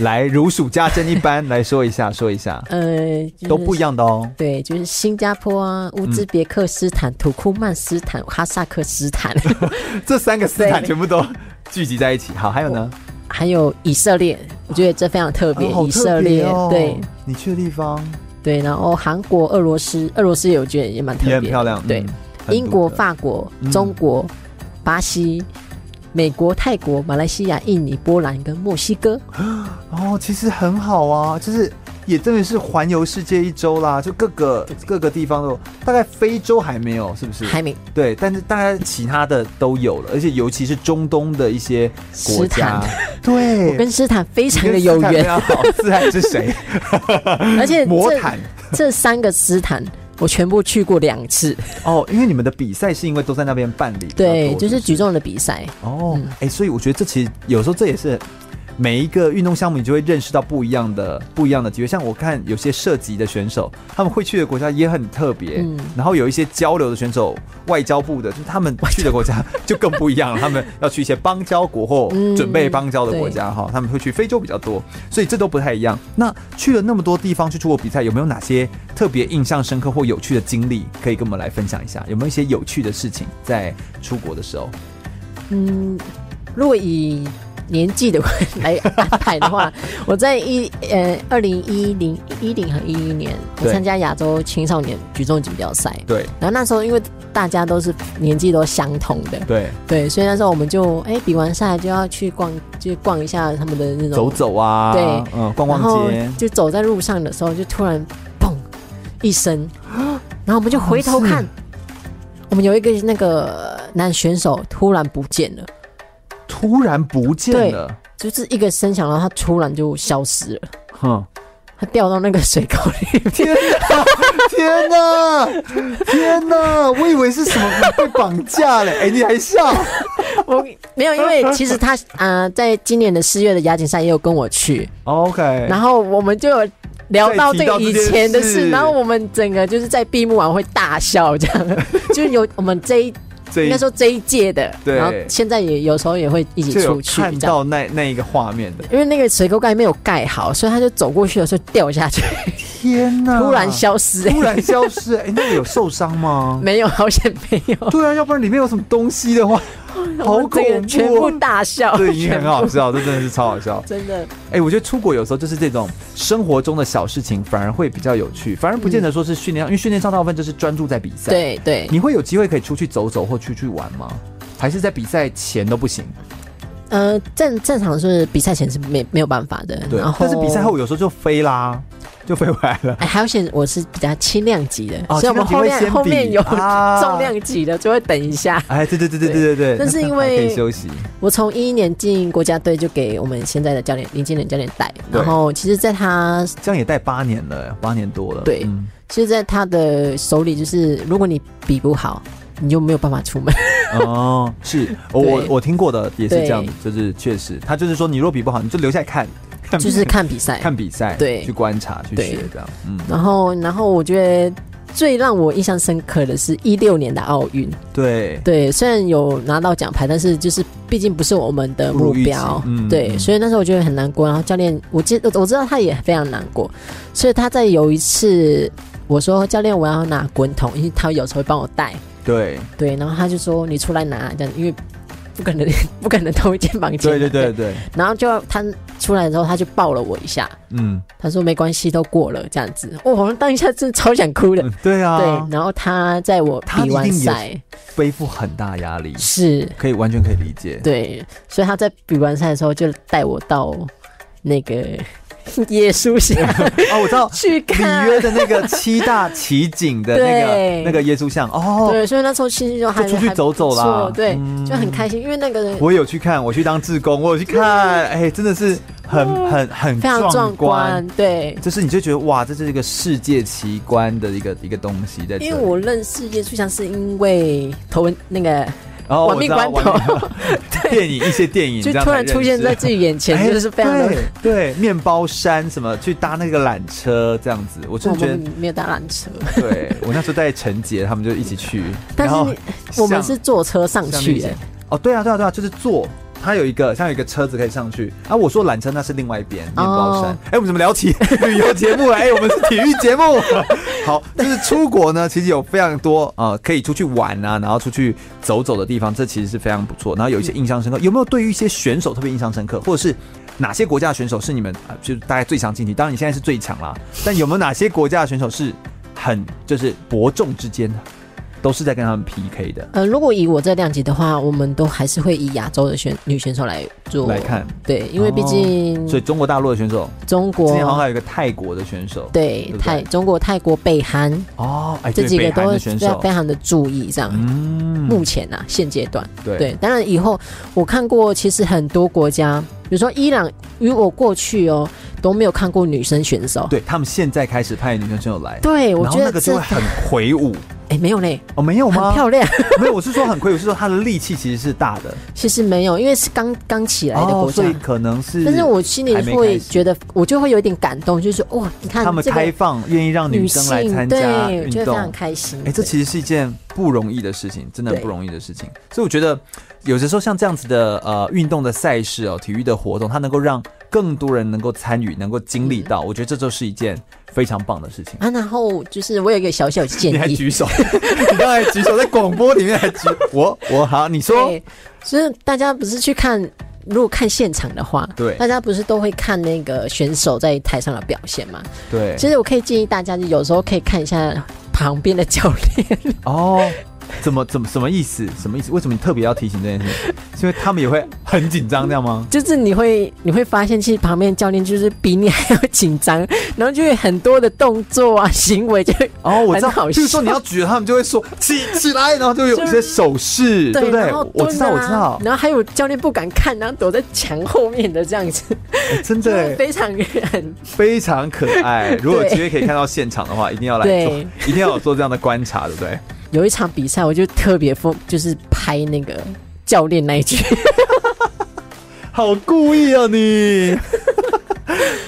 A: 来，如数家珍一般来说一下，说一 下，
B: 呃，就是
A: 都不一样嗯的哦。
B: 对，就是新加坡啊、乌兹别克斯坦、土库曼斯坦、哈萨克斯坦，
A: 这三个斯坦
B: 对
A: 全部都聚集在一起。好，还有呢？
B: 还有以色列，我觉得这非常特别。
A: 啊好
B: 以
A: 特
B: 色列，
A: 别哦
B: 对，
A: 你去的地方
B: 对，然后韩国、俄罗斯，俄罗斯也我觉得也蛮特别
A: 也
B: 的，
A: 很漂亮。
B: 对
A: 嗯，，很
B: 英国、
A: 独特
B: 法国
A: 嗯、
B: 中国、巴西、美国、泰国、马来西亚、印尼、波兰跟墨西哥。
A: 哦，其实很好啊，就是也真的是环游世界一周啦，就各个各个地方都有，大概非洲还没有，是不是？
B: 还没
A: 对，但是大概其他的都有了，而且尤其是中东的一些国
B: 斯坦
A: 家， 对，
B: 跟斯坦非
A: 你
B: 常的
A: 跟
B: 有
A: 斯坦非
B: 缘，
A: 常好，斯坦是谁？
B: 而且
A: 魔
B: 这
A: 毯
B: 这三个斯坦我全部去过两 次，
A: 哦，因为你们的比赛是因为都在那边办理比较多，
B: 对，就是
A: 不
B: 举重的比赛，
A: 哦，
B: 嗯
A: 哎、所以我觉得这其实有时候这也是每一个运动项目，你就会认识到不一样的不一样的机会。像我看有些射击的选手，他们会去的国家也很特别，
B: 嗯
A: 然后有一些交流的选手，外交部的，就是他们去的国家 就更不一样了。他们要去一些邦交国或
B: 嗯
A: 准备邦交的国家哈、他们会去非洲比较多，所以这都不太一样。那去了那么多地方去出国比赛，有没有哪些特别印象深刻或有趣的经历可以跟我们来分享一下？有没有一些有趣的事情在出国的时候？
B: 嗯，如果以年纪的来安排的 话，我在一呃二零一零一零和一一年，我
A: 对
B: 参加亚洲青少年举重锦标赛，
A: 对。
B: 然后那时候因为大家都是年纪都相同的，
A: 对，
B: 对，所以那时候我们就哎、比完赛就要去逛，就逛一下他们的那种
A: 走，走啊，
B: 对
A: 嗯，逛
B: 然后
A: 逛街，
B: 就走在路上的时候，就突然砰一 声，然后我们就回头
A: 哦
B: 看，我们有一个那个男选手突然不见了。
A: 突然不见
B: 对
A: 了，
B: 就是一个声响，然后他突然就消失了，
A: 哼，
B: 他掉到那个水沟里 面。
A: 天哪，天哪，天哪，我以为是什么被绑架 嘞，哎，你还笑，
B: 我没有，因为其实他呃，在今年的四月的亚锦赛也有跟我去，
A: OK，
B: 然后我们就有聊到这个以前的
A: 哎再提到这件事
B: 事，然后我们整个就是在闭幕晚会大笑，这 样就是有我们这一
A: 这
B: 应
A: 一
B: 该说这一届的，
A: 哎对
B: 然后现在也有时候也会一起
A: 就有
B: 出去
A: 看
B: 这样。
A: 到那那一个画面的，
B: 因为那个水沟盖没有盖好，所以他就走过去的时候掉下 去，
A: 天哪，
B: 突然，消失、哎
A: 突然消失，哎，那个有受伤吗？
B: 没有，好险没有。
A: 对啊，要不然里面有什么东西的 话，好
B: 我们
A: 恐
B: 这个全
A: 怖
B: 部
A: 哦。
B: 大笑，
A: 对，已经很
B: 全部
A: 好笑，这真的是超好笑。
B: 真的，
A: 哎、我觉得出国有时候就是这种生活中的小事情，反而会比较有趣，反而不见得说是训练上，因为训练上大部分就是专注在比赛。，
B: 嗯对对，
A: 你会有机会可以出去走走或出去玩吗？还是在比赛前都不行？
B: 呃，正正常是比赛前是没没有办法的，
A: 对
B: 然，后
A: 但是比赛后有时候就飞啦， 就飞回来了。
B: 哎，还有险，我是比较轻量级的，
A: 哦
B: 所以我们后
A: 轻量级会先
B: 面后面
A: 比
B: 有
A: 啊
B: 重量级的就会等一下。
A: 哎，对对对对对对对，
B: 但是
A: 那
B: 因
A: 还可以
B: 为
A: 休息，
B: 我从一一年进国家队就给我们现在的教练林金仁教练带，
A: 对
B: 然后其实，在他
A: 这样也带八年了，八年多了。
B: 对
A: 嗯
B: 其实，在他的手里，就是如果你比不好，你就没有办法 出门。
A: 哦，是我我
B: 对
A: 我听过的也是这样子
B: 对，
A: 就是确实，他就是说你若比不好，你就留下来看，看
B: 就是看比赛。
A: 看比赛，
B: 对
A: 去观察去
B: 对
A: 学这样，嗯。
B: 然后，然后我觉得最让我印象深刻的是一六年的奥运，
A: 对，
B: 对，虽然有拿到奖牌，但是就是毕竟不是我们的目标，
A: 不如预期嗯
B: 对，
A: 嗯
B: 所以那时候我觉得很难过。然后教练，我记我知道他也非常难过，所以他在有一次我说教练我要拿滚筒，因为他有时候会帮我带，
A: 对，
B: 对，然后他就说你出来拿这样，因为不可能 不可能同一间房间，
A: 对对对，对，
B: 然后就他出来之后他就抱了我一下，
A: 嗯，
B: 他说没关系，都过了这样子，哦，我当下真的超想哭的。
A: 嗯对啊
B: 对，，然后他在我
A: 他
B: 比
A: 一
B: 完
A: 定也
B: 赛
A: 背负很大压力，
B: 是
A: 可以完全可以理解。
B: 对，所以他在比完赛的时候就带我到那个野书侠
A: 哦，我知道
B: 去 看
A: 里约的那个七大奇景的那个
B: 对
A: 那个耶稣像哦，
B: 对，所以那时候其实就还
A: 就出去
B: 还
A: 走走啦嗯
B: 不错对，就很开心，因为那个人
A: 我有去看，我去当志工，我有去看，哎，真的是很很很
B: 嗯非常壮
A: 观
B: 观，，对。
A: 就是你就觉得哇，这是一个世界奇观的一个一个东西在这里。
B: 因为我认识耶稣像是因为头文那个
A: 然后
B: 亡
A: 我知
B: 命
A: 道
B: 关
A: 亡命
B: 头，
A: 电影一些电影
B: 就
A: 这样
B: 突
A: 才
B: 然出
A: 认
B: 现
A: 识
B: 在自己眼前，
A: 哎
B: 就是非常的。
A: 对对，面包山什么去搭那个缆车这样子，我真
B: 我
A: 的觉得
B: 们没有搭缆车，
A: 对我那时候带陈杰他们就一起去，
B: 但
A: 然后
B: 是你我们
A: 像
B: 是坐车上
A: 像那
B: 去
A: 些
B: 的，
A: 哦，对啊，对啊，对啊，就是坐。它有一个像有一个车子可以上去啊！我说缆车那是另外一边面包山。哎
B: 哦、
A: 我们怎么聊起 旅游节目了？哎、我们是体育节目。 好，就是出国呢，其实有非常多呃可以出去玩啊，然后出去走走的地方，这其实是非常不错。然后有一些印象深刻，有没有对于一些选手特别印象深刻，或者是哪些国家的选手是你们呃就是大概最常进去？当然你现在是最强啦，但有没有哪些国家的选手是很就是伯仲之间的，都是在跟他们 PK 的？
B: 呃，如果以我这量级的话，我们都还是会以亚洲的选女选手来做
A: 来看，哦
B: 对，因为毕竟
A: 所以中国大陆的选手，
B: 中
A: 之前好像还
B: 国
A: 有一个泰国的选手，
B: 对
A: 对不对
B: 泰中国、泰国、北韩
A: 哦，哎，
B: 这
A: 对
B: 几
A: 北
B: 个
A: 韩
B: 都
A: 的
B: 是
A: 选
B: 要
A: 手
B: 非，常的注意这样。
A: 嗯
B: 目前啊，现阶段
A: 对
B: 对，当然以后我看过，其实很多国家，比如说伊朗，因为我过去哦都没有看过女生选手，
A: 对他们现在开始派女生选手来，
B: 对，我
A: 然后
B: 觉
A: 那
B: 得
A: 个就
B: 这
A: 会很魁梧
B: 哎没有嘞，
A: 哦，没有
B: 很
A: 吗？
B: 漂亮。
A: 没有，我是说很魁梧，是说他的力气其实是大的，
B: 其实没有，因为是刚刚起来的
A: 哦，
B: 国家
A: 所以，可能是，
B: 但是我心里
A: 还没开
B: 会
A: 始
B: 觉得，我就会有一点感动，就是哇，你看
A: 他们
B: 这
A: 开
B: 个
A: 放愿意让
B: 女
A: 生来
B: 性，
A: 参加
B: 对，我
A: 运
B: 觉得非常
A: 动，
B: 开心。
A: 哎、这
B: 对
A: 其实是一件不容易的事情，真的
B: 对
A: 不容易的事情。所以我觉得，有的时候像这样子的呃运动的赛事哦，体育的活动，它能够让更多人能够参与，能够经历到，我觉得这就是一件非常棒的事情。
B: 嗯啊，然后就是我有一个小小的建
A: 你还
B: 议，
A: 举手，你刚才举手在广播里面还举我我好，你说
B: 对，就是大家不是去看，如果看现场的话，
A: 对
B: 大家不是都会看那个选手在台上的表现嘛？
A: 对
B: 其实我可以建议大家，就有时候可以看一下旁边的教练，
A: 哦。怎么怎么什么意思？什么意思？为什么你特别要提醒这件事？是因为他们也会很紧张，这样吗？
B: 就是你会你会发现，其实旁边的教练就是比你还要紧张，然后就会很多的动作啊、行为就会
A: 哦，我知道
B: 很，好
A: 比如说
B: 笑
A: 你要举了，他们就会说起 起来，然后就有一些手势，对不对
B: 然后？
A: 我知道，我
B: 蹲啊
A: 知道，
B: 然后还有教练不敢看，然后躲在墙后面的这样子，
A: 哎真
B: 就
A: 的哎
B: 非常很
A: 非常可爱。如果有机会可以看到现场的话，一定要来做
B: 对，
A: 一定要有做这样的观察，对不对？
B: 有一场比赛，我就特别疯，就是拍那个教练那一句，
A: 好故意啊 你！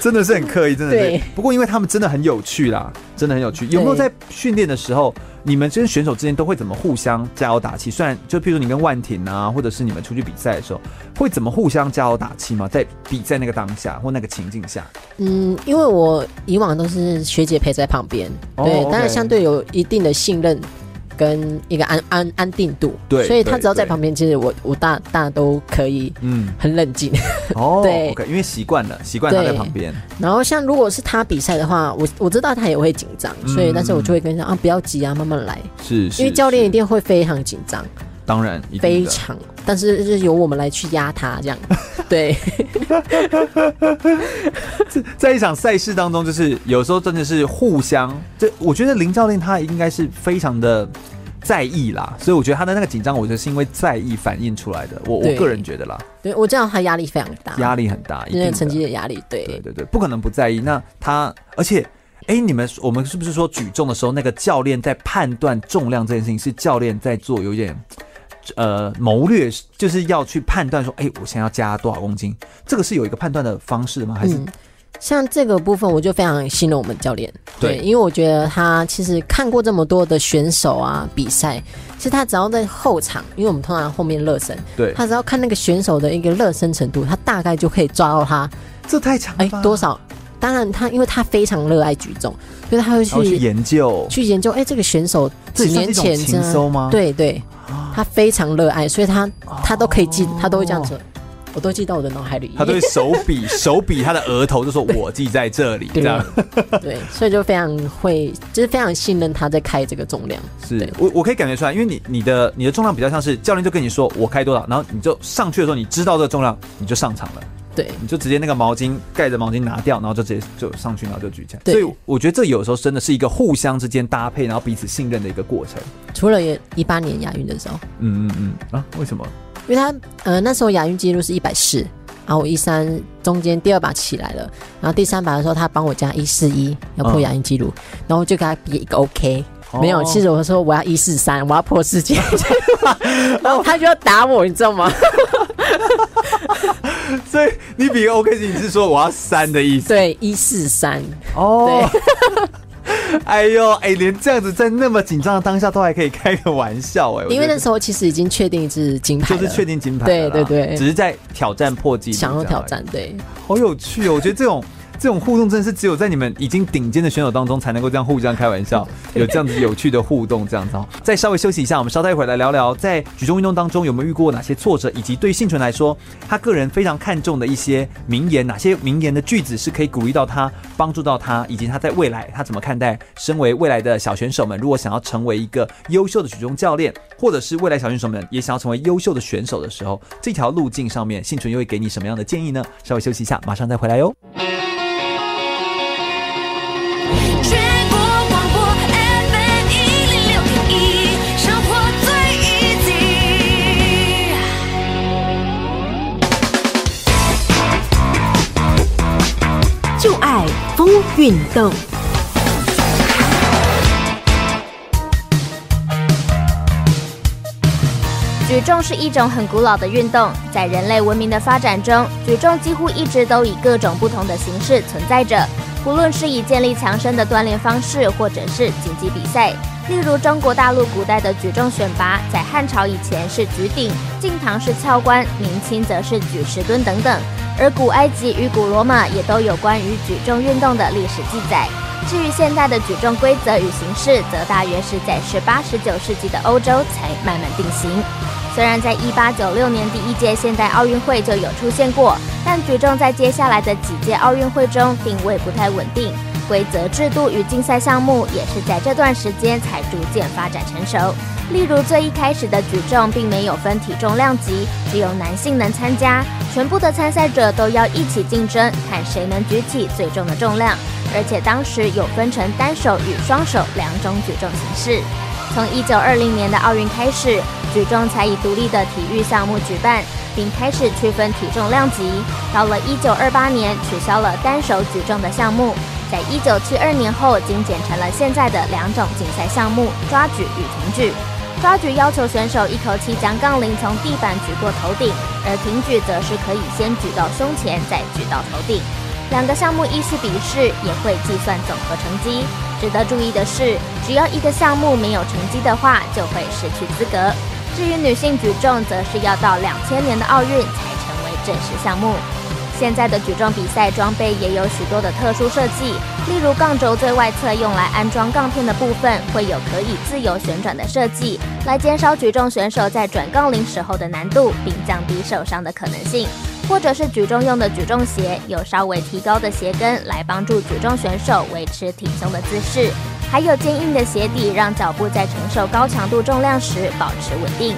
A: 真的是很刻意，真的是
B: 对。
A: 不过因为他们真的很有趣啦，真的很有趣。有没有
B: 对
A: 在训练的时候，你们跟选手之间都会怎么互相加油打气？虽然就譬如说你跟万婷啊，或者是你们出去比赛的时候，会怎么互相加油打气吗？在比赛那个当下或那个情境下，
B: 嗯，因为我以往都是学姐陪在旁边，
A: 哦
B: 对，
A: OK
B: 当然相对有一定的信任跟一个安安安定度，
A: 对
B: 所以他
A: 对
B: 只要在
A: 对
B: 旁边，其实我我大大都可以
A: 嗯，
B: 很冷静。
A: 哦，
B: 对
A: o k 因为习惯了，习惯他在
B: 对
A: 旁边，
B: 然后像如果是他比赛的话，我我知道他也会紧张，所以但是我就会跟他说啊，不要急啊，慢慢来，
A: 是，是
B: 因为教练一
A: 是
B: 定会非常紧张，
A: 当然一定
B: 非
A: 的
B: 常，但是就是由我们来去压他这样， 对。
A: 在一场赛事当中，就是有时候真的是互相，这我觉得林教练他应该是非常的在意啦，所以我觉得他的那个紧张，我觉得是因为在意反映出来的。我我
B: 对
A: 个人觉得啦，
B: 对，我知道他压力非常大，
A: 压力很大，一
B: 因
A: 定
B: 为
A: 的
B: 成绩的压力，对
A: 对对对，不可能不在意。那他，而且，哎、你们我们是不是说举重的时候，那个教练在判断重量这件事情，是教练在做有点。呃，谋略就是要去判断说，哎、我现在要加多少公斤，这个是有一个判断的方式吗？还是、
B: 嗯像这个部分，我就非常信任我们教练，
A: 对
B: 因为我觉得他其实看过这么多的选手啊比赛，其实他只要在后场，因为我们通常后面热身，
A: 对？
B: 他只要看那个选手的一个热身程度，他大概就可以抓到他，
A: 这太强了
B: 哎
A: 吧，，
B: 多少？当然他，因为他非常热爱举重，所以他会
A: 然后去
B: 去
A: 研究，
B: 去研究，哎，这个选手
A: 这
B: 几
A: 也算是
B: 年
A: 一种
B: 前
A: 情搜吗？，啊
B: 对对，他非常热爱，所以他他都可以记，他都会这样子，我都记到我的脑海里。
A: 哦他对手 比手比他的额头就说：“我记在这里。”这
B: 对啊
A: 样
B: 对，所以就非常会，就是非常信任他在开这个重量。
A: 是
B: 对
A: 我我可以感觉出来，因为你你的你的重量比较像是教练就跟你说我开多少，然后你就上去的时候你知道这个重量，你就上场了。
B: 对
A: 你就直接那个毛巾盖着毛巾拿掉，然后就直接就上去，然后就举起来。
B: 对
A: 所以我觉得这有时候真的是一个互相之间搭配，然后彼此信任的一个过程。
B: 除了也一八年亚运的时候，
A: 嗯嗯嗯啊，为什么？
B: 因为他呃那时候亚运记录是一百四，然后我一三中间第二把起来了，然后第三把的时候他帮我加一四一要
A: 嗯
B: 破亚运记录，然后我就给他比一个 OK。
A: 哦
B: 没有，其实我说我要一四三，我要破世 界， 然后他就要打我，你知道吗？
A: 哦所以你比 OK 你是说我要三的意思
B: 对，一四三，
A: 哦。哎呦，哎，连这样子在那么紧张的当下都还可以开个玩笑哎、我觉得
B: 因为那时候其实已经确定是金牌
A: 就
B: 了，
A: 是确定金牌了啦
B: 对对对
A: 只是在挑战破纪录，
B: 想要挑战，，对，
A: 好有趣哦！我觉得这种 这种互动真的是只有在你们已经顶尖的选手当中才能够这样互相开玩 笑，有这样子有趣的互动，这样子哦。再稍微休息一下，我们稍待一会儿来聊聊，在举重运动当中有没有遇过哪些挫折，以及对于幸存来说，他个人非常看重的一些名言，哪些名言的句子是可以鼓励到他、帮助到他，以及他在未来他怎么看待身为未来的小选手们，如果想要成为一个优秀的举重教练，或者是未来小选手们也想要成为优秀的选手的时候，这条路径上面，幸存又会给你什么样的建议呢？稍微休息一下，马上再回来哟。
C: 全国广播 FM 一零六点一，生活最 easy。
G: 就爱风运动。
H: 举重是一种很古老的运动，在人类文明的发展中，举重几乎一直都以各种不同的形式存在着。不论是以建立强身的锻炼方式，或者是竞技比赛，例如中国大陆古代的举重选拔，在汉朝以前是举鼎，晋唐是翘冠，明清则是举十吨等等。而古埃及与古罗马也都有关于举重运动的历史记载。至于现代的举重规则与形式，则大约是在十八、十九世纪的欧洲才慢慢定型。虽然在1896年第一届现代奥运会就有出现过，但举重在接下来的几届奥运会中定位不太稳定，规则制度与竞赛项目也是在这段时间才逐渐发展成熟。例如最一开始的举重并没有分体重量级，只有男性能参加，全部的参赛者都要一起竞争，看谁能举起最重的重量。而且当时有分成单手与双手两种举重形式。从一九二零年的奥运开始，举重才以独立的体育项目举办，并开始区分体重量级。到了一九二八年，取消了单手举重的项目，在一九七二年后，精简成了现在的两种竞赛项目：抓举与挺举。抓举要求选手一口气将杠铃从地板举过头顶，而挺举则是可以先举到胸前，再举到头顶。两个项目依序比试，也会计算总和成绩。值得注意的是，只要一个项目没有成绩的话，就会失去资格。至于女性举重，则是要到两千年的奥运才成为正式项目。现在的举重比赛装备也有许多的特殊设计，例如杠轴最外侧用来安装杠片的部分会有可以自由旋转的设计，来减少举重选手在转杠铃时候的难度，并降低受伤的可能性。或者是举重用的举重鞋，有稍微提高的鞋跟来帮助举重选手维持挺胸的姿势，还有坚硬的鞋底，让脚步在承受高强度重量时保持稳定。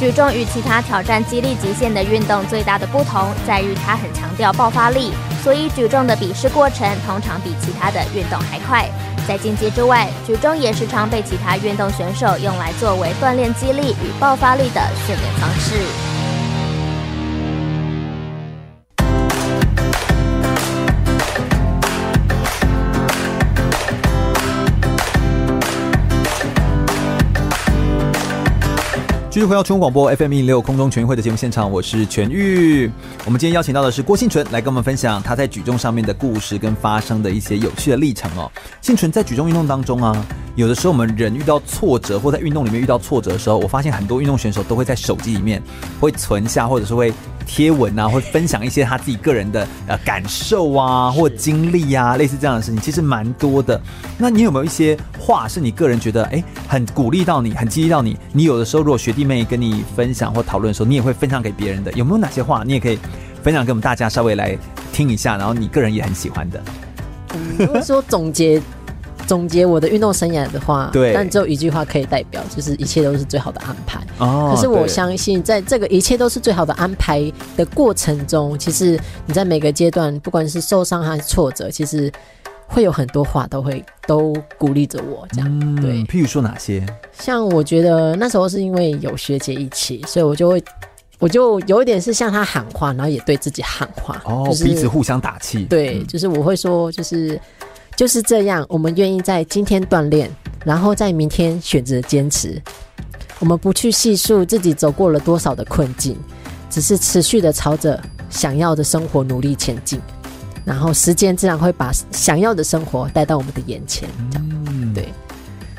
H: 举重与其他挑战肌力极限的运动最大的不同在于它很强调爆发力，所以举重的比试过程通常比其他的运动还快。在竞技之外，举重也时常被其他运动选手用来作为锻炼肌力与爆发力的训练方式。
A: 继续回到全国广播 FM 一零六空中全运会的节目现场，我是全玉。我们今天邀请到的是郭幸纯来跟我们分享他在举重上面的故事跟发生的一些有趣的历程哦。幸纯在举重运动当中啊，有的时候我们人遇到挫折或在运动里面遇到挫折的时候，我发现很多运动选手都会在手机里面会存下，或者是会贴文啊，会分享一些他自己个人的呃感受啊或经历啊，类似这样的事情，其实蛮多的。那你有没有一些话是你个人觉得哎很鼓励到你，很激励到你？你有的时候如果学弟妹跟你分享或讨论的时候，你也会分享给别人的，有没有哪些话你也可以分享给我们大家稍微来听一下，然后你个人也很喜欢的？
B: 如果说总结总结我的运动生涯的话，
A: 对
B: 但只有一句话可以代表，就是一切都是最好的安排。
A: 哦
B: 可是我
A: 对
B: 相信，在这个一切都是最好的安排的过程中，其实你在每个阶段，不管是受伤还是挫折，其实会有很多话都会都鼓励着我这样。对
A: 嗯，，譬如说哪些？
B: 像我觉得那时候是因为有学姐一起，所以我就会。我就有一点是向她喊话，然后也对自己喊话，
A: 哦，
B: 就是
A: 彼此互相打气。
B: 对，就是我会说，就是就是这样，我们愿意在今天锻炼，然后在明天选择坚持。我们不去细数自己走过了多少的困境，只是持续的朝着想要的生活努力前进，然后时间自然会把想要的生活带到我们的眼前。这样，
A: 嗯
B: 对，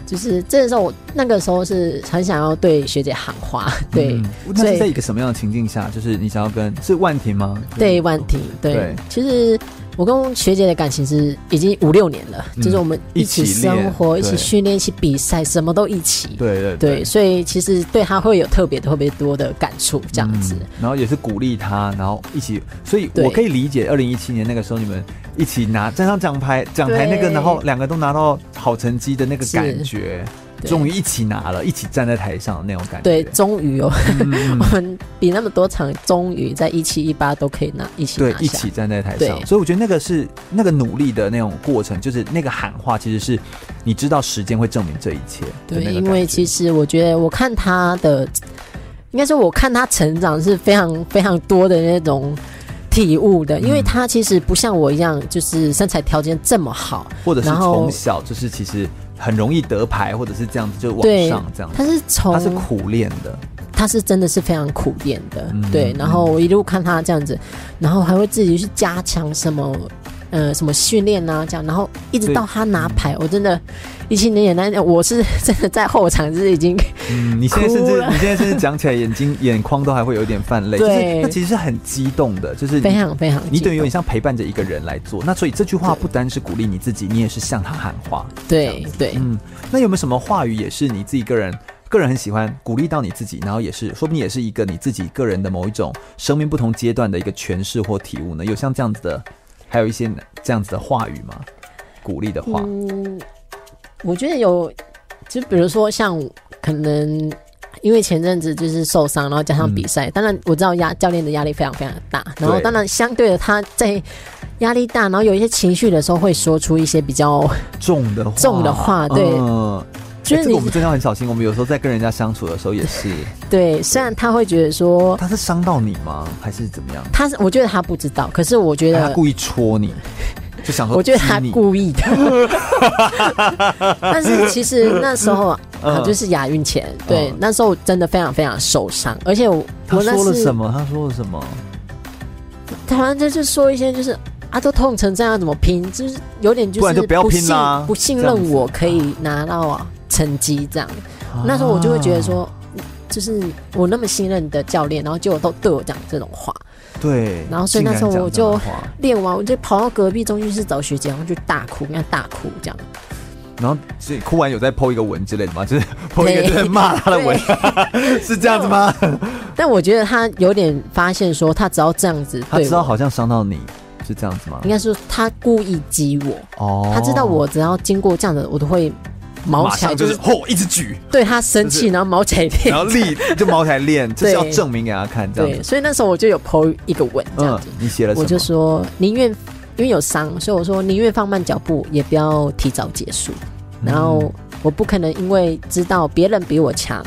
B: 就是这个时候我那个时候是很想要对学姐喊话，对，
A: 嗯
B: 所
A: 那是
B: 以
A: 在一个什么样的情境下？就是你想要跟是万婷吗？
B: 对，万婷，对，
A: 嗯对
B: 其实我跟学姐的感情是已经五六年了，就是我们
A: 嗯一
B: 一
A: 起
B: 起生活、
A: 练
B: 一起
A: 对
B: 训练、一起比赛，什么都一起。
A: 对对
B: 对，所以其实对她会有特别特别多的感触，这样子。
A: 嗯然后也是鼓励他，然后一起，所以
B: 对
A: 我可以理解，二零一七年那个时候你们一起拿站上奖牌，奖牌那个，
B: 对
A: 然后两个都拿到好成绩的那个
B: 是
A: 感觉，
B: 对
A: 终于一起拿了，一起站在台上的那种感觉。
B: 对，终于哦，
A: 嗯，
B: 我们比那么多场，终于在一七一八都可以拿一起拿
A: 对
B: 下。，
A: 一起站在台上，
B: 对
A: 所以我觉得那个是那个努力的那种过程，就是那个喊话，其实是你知道时间会证明这一切的
B: 对，
A: 那个感觉。
B: 因为其实我觉得我看她的，应该说我看她成长是非常非常多的那种体悟的，因为
A: 嗯
B: 她其实不像我一样，就是身材条件这么好，
A: 或者是
B: 然后
A: 从小就是其实很容易得牌，或者是这样子就往
B: 对
A: 上这样子
B: 她，是从
A: 他是苦练的，
B: 他是真的是非常苦练的，
A: 嗯
B: 对。然后我一路看他这样子，然后还会自己去加强什么，呃，什么训练啊，这样，然后一直
A: 对嗯
B: 到他拿牌，我真的，一七年也那我是 真的在后场就是已经
A: 嗯，你现在甚
B: 哭
A: 至
B: 了
A: 你现在甚至讲起来，眼睛眼眶都还会有点泛泪，就是
B: 对
A: 那其实是很激动的，就是
B: 非
A: 你
B: 常非常
A: 你等于
B: 激
A: 有
B: 动
A: 点像陪伴着一个人来做。那所以这句话不单是鼓励你自己，你也是向他喊话。
B: 对对
A: 嗯，那有没有什么话语也是你自己个人个人很喜欢鼓励到你自己，然后也是说不定也是一个你自己个人的某一种生命不同阶段的一个诠释或体悟呢？有像这样子的，还有一些这样子的话语吗？鼓励的话，
B: 嗯，我觉得有，就比如说像可能因为前阵子就是受伤，然后加上比赛，当然我知道压教练的压力非常非常大，然后
A: 对
B: 当然相对的他在压力大，然后有一些情绪的时候会说出一些比较，
A: 重的话，
B: 重的话对
A: 嗯，
B: 就
A: 哎
B: 是你
A: 这个我们真的要很小心。我们有时候在跟人家相处的时候也 是，
B: 对，虽然他会觉得说
A: 他是伤到你吗？还是怎么样？哎
B: 他是，我觉得他不知道，可是我觉
A: 他
B: 得。
A: 故意戳你，就想说
B: 我觉得呃他
A: 激你
B: 故意的，但是其实那时候啊，
A: 嗯
B: 啊就是亚运前，对
A: 嗯，
B: 那时候我真的非常非常受伤，而且我
A: 他
B: 我那
A: 说了
B: 是
A: 什么？他说了什么？
B: 台湾这就说一些就是啊，都痛成这样怎么拼？就是有点就是
A: 不然就不要拼
B: 信
A: 啦
B: 不信
A: 这样子
B: 任我可以拿到啊成绩这样。
A: 啊
B: 那时候我就会觉得说，就是我那么信任的教练，然后结果都对我讲这种话。
A: 啊，对。
B: 然后所以那时候我
A: 竟然讲
B: 就
A: 这样的话
B: 练完我就跑到隔壁中医室找学姐，然后就大哭，跟她大哭这样。
A: 然后所以哭完有再 Po 一个文之类的吗？就是 Po 一个
B: 对
A: 就是骂他的文， 是这样子吗？
B: 但我觉得她有点发现说，她只要这样子
A: 他
B: 对
A: 知道
B: 我，
A: 好像伤到你，是这样子吗
B: 应？该是她故意激我。
A: 哦，
B: 她知道我只要经过这样的，我都会毛
A: 马
B: 起来，
A: 上就是吼一直举，
B: 对她生
A: 就
B: 气，
A: 是
B: 然后毛起来练
A: 然后立就毛起来 练，就是要
B: 对
A: 证明给他看，这样
B: 对，
A: 子。
B: 所以那时候我就有 po 一个文这样
A: 嗯
B: 子，，
A: 你写了什么？
B: 我就说宁愿因为有伤，所以我说宁愿放慢脚步，也不要提早结束。然后
A: 嗯
B: 我不可能因为知道别人比我强，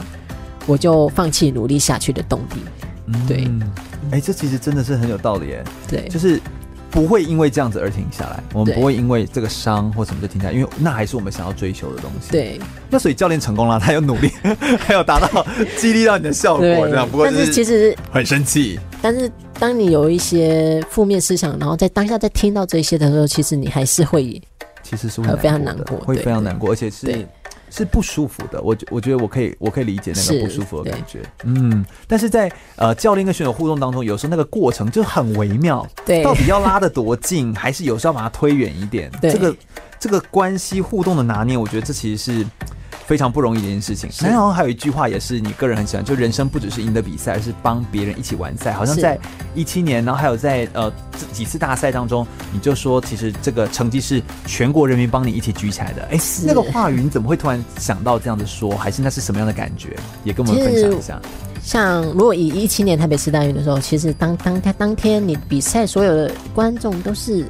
B: 我就放弃努力下去的动力。对
A: 嗯，哎，这其实真的是很有道理耶，
B: 对
A: 就是不会因为这样子而停下来，我们
B: 对
A: 不会因为这个伤或什么就停下来，因为那还是我们想要追求的东西。，
B: 对
A: 那所以教练成功了，他有努力， 还有达 到激励到你的哦效果，
B: 对
A: 这样。不，过
B: 但
A: 就是
B: 其
A: 是
B: 实
A: 很生气，
B: 但是当你有一些负面思想，然后在当下在听到这些的时候，其实你还是会
A: 其实是
B: 呃
A: 会
B: 非常
A: 难过的
B: 难过
A: 会
B: 对
A: 非常难过，而且是
B: 对。
A: 是不舒服的，我觉我觉得我可以，我可以理解那个
B: 是
A: 不舒服的感觉，嗯，但是在呃教练跟选手互动当中，有时候那个过程就很微妙，
B: 对
A: 到底要拉得多近，还是有时候要把它推远一点？
B: 对
A: 这个这个关系互动的拿捏，我觉得这其实是非常不容易的一件事情。然后还有一句话也是你个人很喜欢，就人生不只是赢得比赛，而是帮别人一起完赛。好像
B: 是
A: 在一七年，然后还有在呃这几次大赛当中，你就说其实这个成绩是全国人民帮你一起举起来的。哎，那个话语你怎么会突然想到这样子说？还是那是什么样的感觉？也跟我们分享一下。
B: 像如果以一七年台北市大运的时候，其实当当他当天你比赛所有的观众都是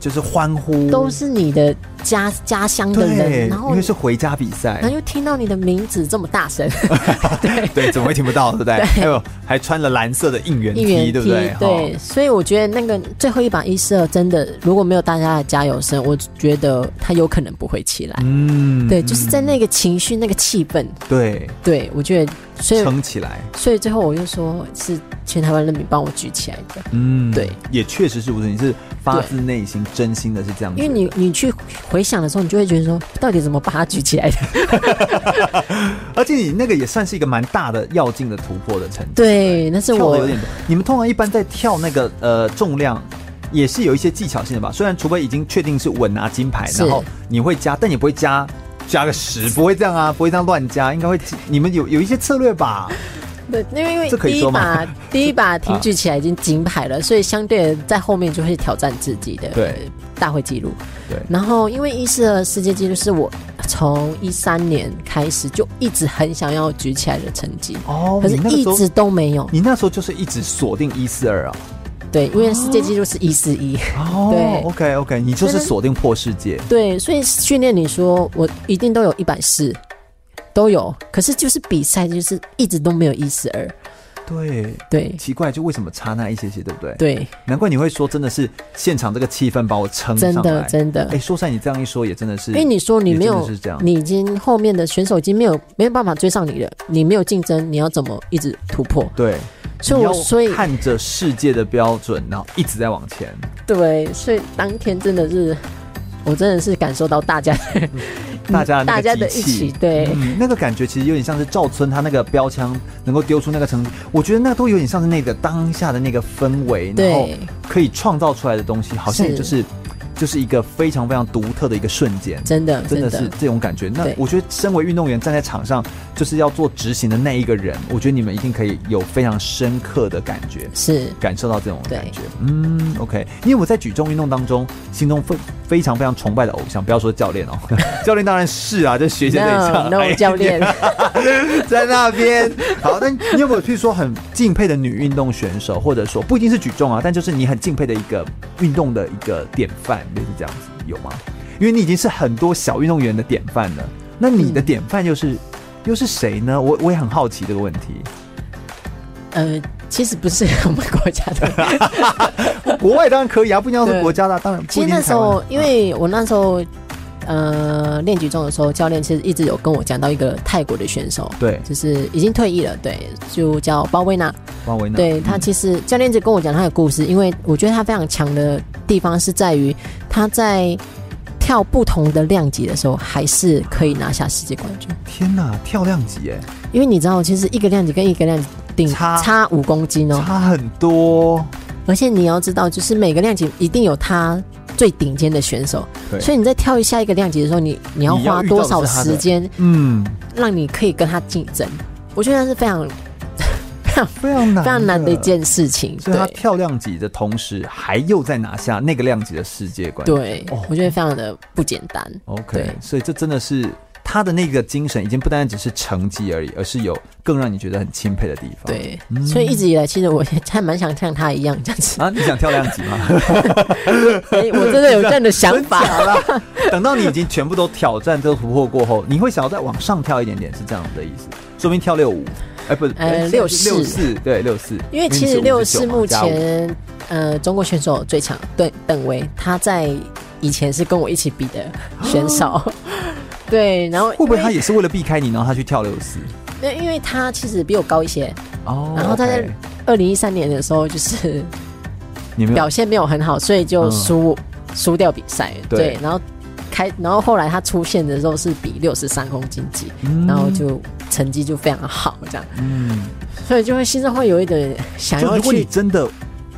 A: 就是欢呼，
B: 都是你的家家乡的
A: 对，
B: 人，然后
A: 因为是回家比赛
B: 然后，又听到你的名字这么大声， 对。
A: 对，怎么会听不到，对不对？还有还穿了蓝色的应援
B: 应援
A: 对不对？
B: 对，
A: 哈
B: 所以我觉得那个最后一把一四二真的，如果没有大家的加油声，我觉得他有可能不会起来。
A: 嗯，
B: 对，就是在那个情绪、那个气氛，
A: 对，
B: 对我觉得，所以
A: 撑起来，
B: 所以最后我就说是全台湾人民帮我举起来的，
A: 嗯，
B: 对，
A: 也确实是不是，你是发
B: 对
A: 自内心、真心的是这样子
B: 因
A: 的，
B: 为你你去回想的时候，你就会觉得说，到底怎么把它举起来的？
A: 而且你那个也算是一个蛮大的要进的突破的成绩，
B: 对，那是
A: 跳
B: 我
A: 的有点多。你们通常一般在跳那个呃重量。也是有一些技巧性的吧，虽然除非已经确定是稳拿金牌，
B: 是
A: 然后你会加，但你不会加加个十，不会这样啊，不会这样乱加，应该会你们有有一些策略吧？
B: 对，因为因为
A: 这可以
B: 第一
A: 说吗
B: 把第一把挺举起来已经金牌了，所以相对的在后面就会挑战自己的
A: 对
B: 大会纪录。
A: 对
B: 然后因为一四的世界纪录是我从一三年开始就一直很想要举起来的成绩，
A: 哦，
B: 可是
A: 你那个
B: 一
A: 时候
B: 直都没有。
A: 你那时候就是一直锁定一四二啊？
B: 对，因为世界纪录是一四一。
A: 哦
B: 对
A: ，OK OK，你就是锁定破世界，
B: 对，所以训练你说我一定都有一百四，都有，可是就是比赛就是一直都没有一四二。
A: 对，
B: 对
A: 奇怪，就为什么差那一些些，对不对？，
B: 对，
A: 难怪你会说真的是现场这个气氛把我撑嗯上
B: 真
A: 来，
B: 的真的。
A: 哎，说出来你这样一说，也真的是，
B: 因为你说你没
A: 也
B: 有
A: 真的是这样，
B: 你已经后面的选手已经没有没有办法追上你了，你没有竞争，你要怎么一直突破？
A: 对，
B: 所以
A: 你
B: 我
A: 要
B: 所以
A: 看着世界的标准，然后一直在往前，
B: 对，所以当天真的是，我真的是感受到大家
A: 大家的那
B: 嗯大
A: 个
B: 家的
A: 集
B: 一
A: 气
B: 起对。
A: 嗯，那个感觉其实有点像是赵村他那个标枪能够丢出那个成绩，我觉得那都有点像是那个当下的那个氛围，然后
B: 对
A: 可以创造出来的东西，好像也
B: 是
A: 就是就是一个非常非常独特的一个瞬间。
B: 真的
A: 真
B: 真
A: 的
B: 的
A: 是这种感觉。那
B: 对
A: 我觉得，身为运动员站在场上，就是要做执行的那一个人，我觉得你们一定可以有非常深刻的感觉，
B: 是
A: 感受到这种
B: 对
A: 感觉。嗯，OK。因为我在举重运动当中，心中非非常非常崇拜的偶像，不要说教练 哦，教练当然是啊，这学姐对
B: no
A: 象
B: no
A: 哎
B: 教练
A: 在那边。好，那你有没有譬如说很敬佩的女运动选手，或者说不一定是举重啊，但就是你很敬佩的一个运动的一个典范，类似这样子，有吗？因为你已经是很多小运动员的典范了，那你
B: 嗯
A: 的典范又是、又是谁呢？我我也很好奇这个问题。
B: 呃，其实不是我们国家 的，
A: 国外当然可以啊，不一定要是
B: 对
A: 国家的啊，当然不
B: 其
A: 一
B: 实
A: 定
B: 那
A: 是
B: 时
A: 台湾
B: 候因为我那时候。呃，练举重的时候，教练其实一直有跟我讲到一个泰国的选手，
A: 对
B: 就是已经退役了，对，就叫包薇娜。
A: 王维娜，
B: 对他其实教练一直跟我讲他的故事，因为我觉得他非常强的地方是在于他在跳不同的量级的时候，还是可以拿下世界冠军。
A: 天哪，跳量级哎，
B: 因为你知道，其实一个量级跟一个量级顶
A: 差
B: 差五公斤哦，
A: 差很多。
B: 而且你要知道，就是每个量级一定有他最顶尖的选手
A: 对，
B: 所以你在跳下一个量级的时候，你你要
A: 你要
B: 花
A: 遇到的
B: 多少
A: 是他的
B: 时间
A: 嗯，
B: 让你可以跟他竞争？我觉得那是非常
A: 非常难，
B: 非常难的一件事情。
A: 所以他
B: 对
A: 跳量级的同时，还又在拿下那个量级的世界冠军。
B: 对
A: 哦，
B: 我觉得非常的不简单。
A: ，OK，
B: 对
A: 所以这真的是他的那个精神，已经不单单只是成绩而已，而是有更让你觉得很钦佩的地方。
B: 对，所以一直以来，其实我也还蛮想像他一样这 样子，
A: 啊，你想跳量级吗？
B: 所以我真的有这样的想
A: 真
B: 法。
A: 假啦？ 等到你已经全部都挑战、都突破过后，你会想要再往上跳一点点，是这样的意思？说明跳六五，哎，不，
B: 呃
A: 哎
B: 六四
A: 六四，对，六四。
B: 因为其实六四目
A: 加五
B: 前，呃，中国选手最强，对，邓威，他在以前是跟我一起比的选手， 对，然后
A: 哦会不会他
B: 因为
A: 也是为了避开你，然后他去跳六四？
B: 没有因为他其实比我高一些，
A: 哦，
B: 然后他在
A: OK
B: 二零一三年的时候就是
A: 你没有
B: 表现没有很好，所以就
A: 嗯
B: 输输掉比赛，
A: 对
B: 对，然后开，然后后来他出现的时候是比六十三公斤级，然后就成绩就非常好，这样，
A: 嗯。
B: 所以就会心中会有一点想
A: 就
B: 要
A: 如果你
B: 去，
A: 真的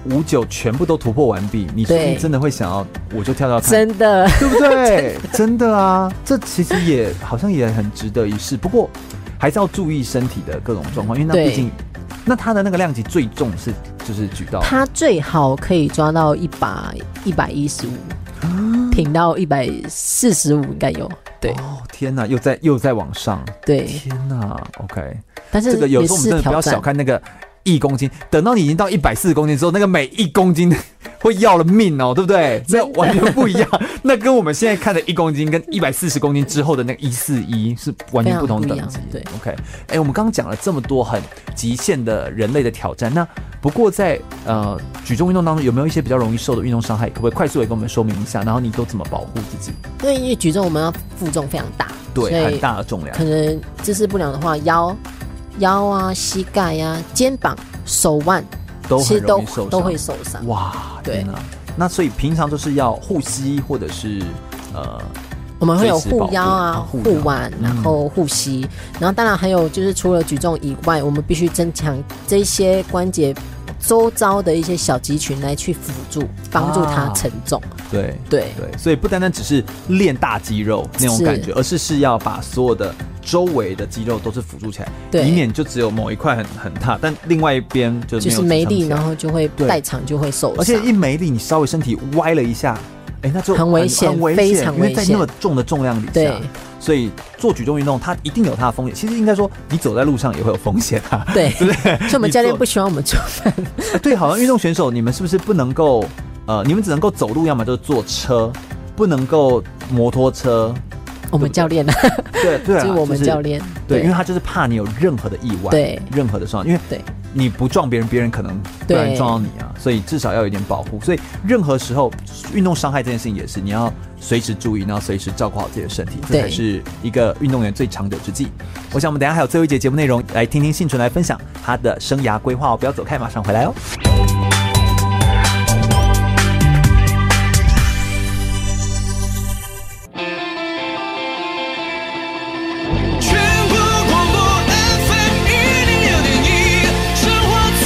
A: 五九全部都突破完毕，你说
B: 对
A: 你真的会想要，我就跳跳看，
B: 真 的，
A: 对不对？真的啊，这其实也好像也很值得一试，不过还是要注意身体的各种状况，因为那
B: 对
A: 毕竟，那它的那个量级最重是就是举到
B: 他最好可以抓到一把一百一十五，
A: 啊
B: 挺到一百四十五应该有。对
A: 哦，天哪，又在又在往上，
B: 对，
A: 天哪，OK，
B: 但是
A: 这个有
B: 也
A: 时候我们
B: 是
A: 真的不
B: 挑
A: 要小
B: 战。
A: 看那个一公斤，等到你已经到一百四十公斤之后，那个每一公斤 会要了命哦，对不对？那完全不一样， 那跟我们现在看的一公斤跟一百四十公斤之后的那个一四一是完全不同等级。
B: 非常不一样对
A: ，OK，哎、我们刚刚讲了这么多很极限的人类的挑战，那不过在呃举重运动当中，有没有一些比较容易受的运动伤害？可不可以快速的跟我们说明一下？然后你都怎么保护自己？
B: 因为因为举重我们要负重非常大，
A: 对，
B: 所
A: 很
B: 以
A: 大的重量
B: 可。能姿势不良的话，腰、腰啊、膝盖呀、肩膀、手腕，
A: 都
B: 其
A: 很
B: 实
A: 容
B: 都
A: 易受伤，
B: 都会受伤。
A: 哇，
B: 对
A: 天哪！那所以平常就是要护膝或者是呃，
B: 我们会有
A: 随时保
B: 护
A: 护
B: 腰啊、
A: 护
B: 护
A: 腰
B: 腕，然
A: 嗯
B: 后护膝，然后当然还有就是除了举重以外，我们必须增强这些关节周遭的一些小肌群来去辅助，帮助它
A: 啊
B: 承重。
A: 对
B: 对
A: 对，所以不单单只是练大肌肉那种
B: 是
A: 感觉，而是是要把所有的周围的肌肉都是辅助起来，
B: 对
A: 以免就只有某一块很很大，但另外一边就
B: 就是
A: 没
B: 没
A: 有支撑
B: 力，
A: 起来
B: 然后就会
A: 对
B: 代偿就会受伤。
A: 而且一没力，你稍微身体歪了一下。哎，那就
B: 很危险
A: 很危
B: 非
A: 险，
B: 常
A: 因为
B: 危
A: 在那
B: 险
A: 么重的重量底下
B: 对，
A: 所以做举重运动它一定有它的风险。其实应该说，你走在路上也会有风险啊，
B: 对，
A: 对不对？
B: 所以我们
A: 你
B: 教练
A: 做呃
B: 不喜欢我们做 饭，
A: 对，好像运动选手，你们是不是不能够呃，你们只能够走路，要么就是坐车，不能够摩托 车。
B: 我们教练呢，
A: 对啊对、啊，
B: 就是我们
A: 就
B: 教练，
A: 对，因为他就是怕你有任何的意外，
B: 对
A: 任何的伤，因为
B: 对
A: 你不撞别人，别人可能不
B: 对
A: 然撞到你啊，所以至少要有一点保护。所以任何时候，运动伤害这件事情也是，你要随时注意，然后随时照顾好自己的身体，这
B: 对
A: 才是一个运动员最长久之计。我想我们等一下还有最后一节节目内容，来听听幸纯来分享他的生涯规划哦，不要走开，马上回来哦。
E: 全国广播 FM 一零六点一，生活最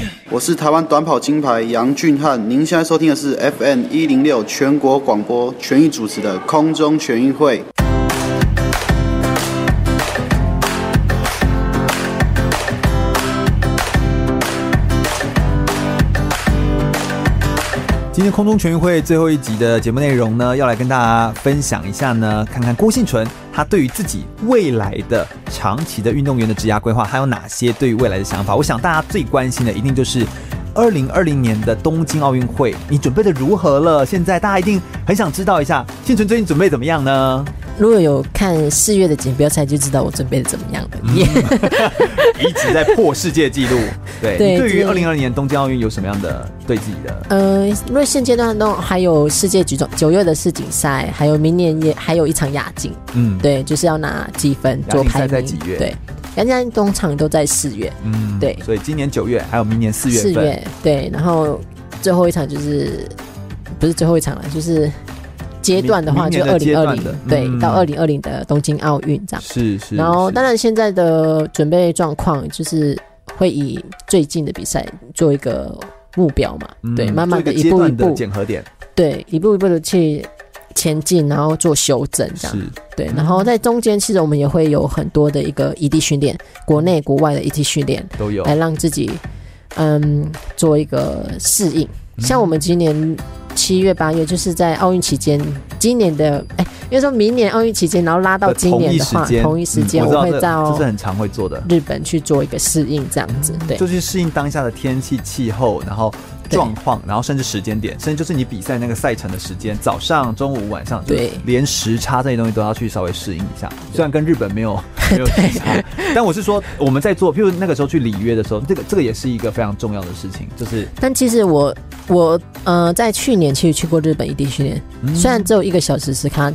E: easy。
I: 我是台湾短跑金牌杨俊翰，您现在收听的是 FM 一零六全国广播全域主持的空中全运会。
A: 今天空中全运会最后一集的节目内容呢，要来跟大家分享一下呢，看看郭幸纯他对于自己未来的长期的运动员的职涯规划，还有哪些对于未来的想法。我想大家最关心的一定就是。二零二零年的东京奥运会，你准备的如何了？现在大家一定很想知道一下，幸纯最近准备怎么样 呢？
B: 如果有看四月的锦标赛，就知道我准备的怎么样了。
A: 嗯
B: 耶
A: 一直在破世界纪录。对，
B: 对
A: 你对于
B: 今
A: 二零
B: 年
A: 二零年东京奥运有什么样的对自己的
B: 呃，因为现阶段都还有世界举重，九月的世锦赛，还有明年也还有一场亚锦，
A: 嗯
B: 对，就是要拿积分
A: 亚锦
B: 做排
A: 赛
B: 名。
A: 在几月
B: 对，两家通常都在四月，
A: 嗯
B: 对
A: 所以今年九月还有明年四月
B: 四
A: 份，
B: 月对，然后最后一场就是不是最后一场了，就是阶段的话
A: 明
B: 就
A: 明年
B: 二
A: 的阶
B: 零二
A: 段
B: 零
A: 的，
B: 对，
A: 嗯
B: 到二零二零的东京奥运这样。
A: 是是。
B: 然后，
A: 是
B: 当然现在的准备状况就是会以最近的比赛做一个目标嘛，
A: 嗯
B: 对，慢慢
A: 做
B: 的
A: 一个
B: 一
A: 阶
B: 步一
A: 段的
B: 步，
A: 检核点
B: 对，一步一步的去前进，然后做修正这样，
A: 是嗯
B: 对。然后在中间，其实我们也会有很多的一个异地训练，国内国外的异地训练，
A: 都有
B: 来让自己嗯做一个适应。
A: 嗯
B: 像我们今年七月八月，就是在奥运期间，今年的哎，应该说明年奥运期间，然后拉到
A: 的
B: 今年
A: 呃一
B: 的
A: 时
B: 话，
A: 间，
B: 同一时间、
A: 嗯我知道
B: 我会
A: 这这是
B: 到
A: 很常会做的，
B: 日本去做一个适应，这样子。对
A: 就，去适应当下的天气、气候，然后
B: 对
A: 状况，然后甚至时间点，甚至就是你比赛那个赛程的时间，早上、中午、晚上，
B: 对
A: 连时差这些东西都要去稍微适应一下。虽然跟日本没 有没有时差，但我是说我们在做，譬如那个时候去里约的时候，这个这个也是一个非常重要的事情，就是
B: 但其实我
A: 嗯
B: 我呃在去年其实去过日本异地训练，虽然只有一个小时时差。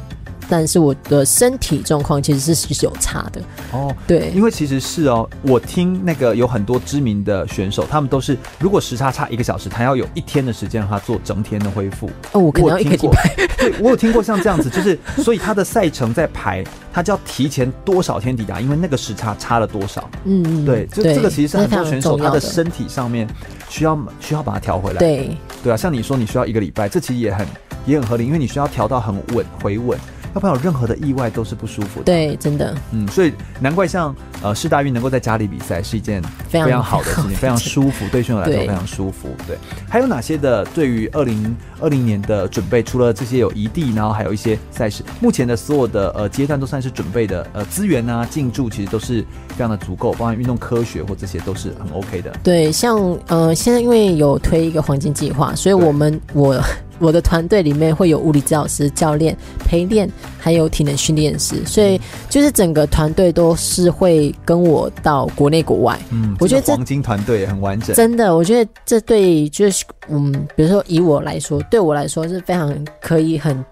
B: 但是我的身体状况其实是是有差的。
A: 哦，
B: 对
A: 因为其实是哦，我听那个有很多知名的选手，他们都是如果时差差一个小时，他要有一天的时间让他做整天的恢复。
B: 哦我可能要
A: 有听
B: 一个礼
A: 过，对，我有听过像这样子，就是所以他的赛程在排，他就要提前多少天抵达，因为那个时差差了多少。
B: 嗯，
A: 对，就
B: 对
A: 这个其实是很
B: 那
A: 多
B: 非常
A: 选手
B: 重要
A: 他的
B: 的
A: 身体上面需要需要把它调回来。
B: 对，
A: 对啊，像你说你需要一个礼拜，这其实也很也很合理，因为你需要调到很稳回稳，要不然有任何的意外都是不舒服的。
B: 对，真的。
A: 嗯，所以难怪像呃世大运能够在家里比赛是一件
B: 非常
A: 非常好的事情，非常舒服，对选手来说
B: 对
A: 非常舒服。对，还有哪些的对于二零二零年的准备？除了这些有异地，然后还有一些赛事，目前的所有的呃阶段都算是准备的呃资源啊进驻，其实都是非常的足够，包含运动科学或这些都是很 OK 的。
B: 对，像呃，现在因为有推一个黄金计划，所以我们我我的团队里面会有物理治疗师、教练、陪练，还有体能训练师，所
A: 嗯
B: 以就是整个团队都是会跟我到国内国外。
A: 嗯，
B: 我觉得
A: 这个
B: 这
A: 黄金团队也很完整，
B: 真的，我觉得这对就是嗯，比如说以我来说，对我来说是非常可以很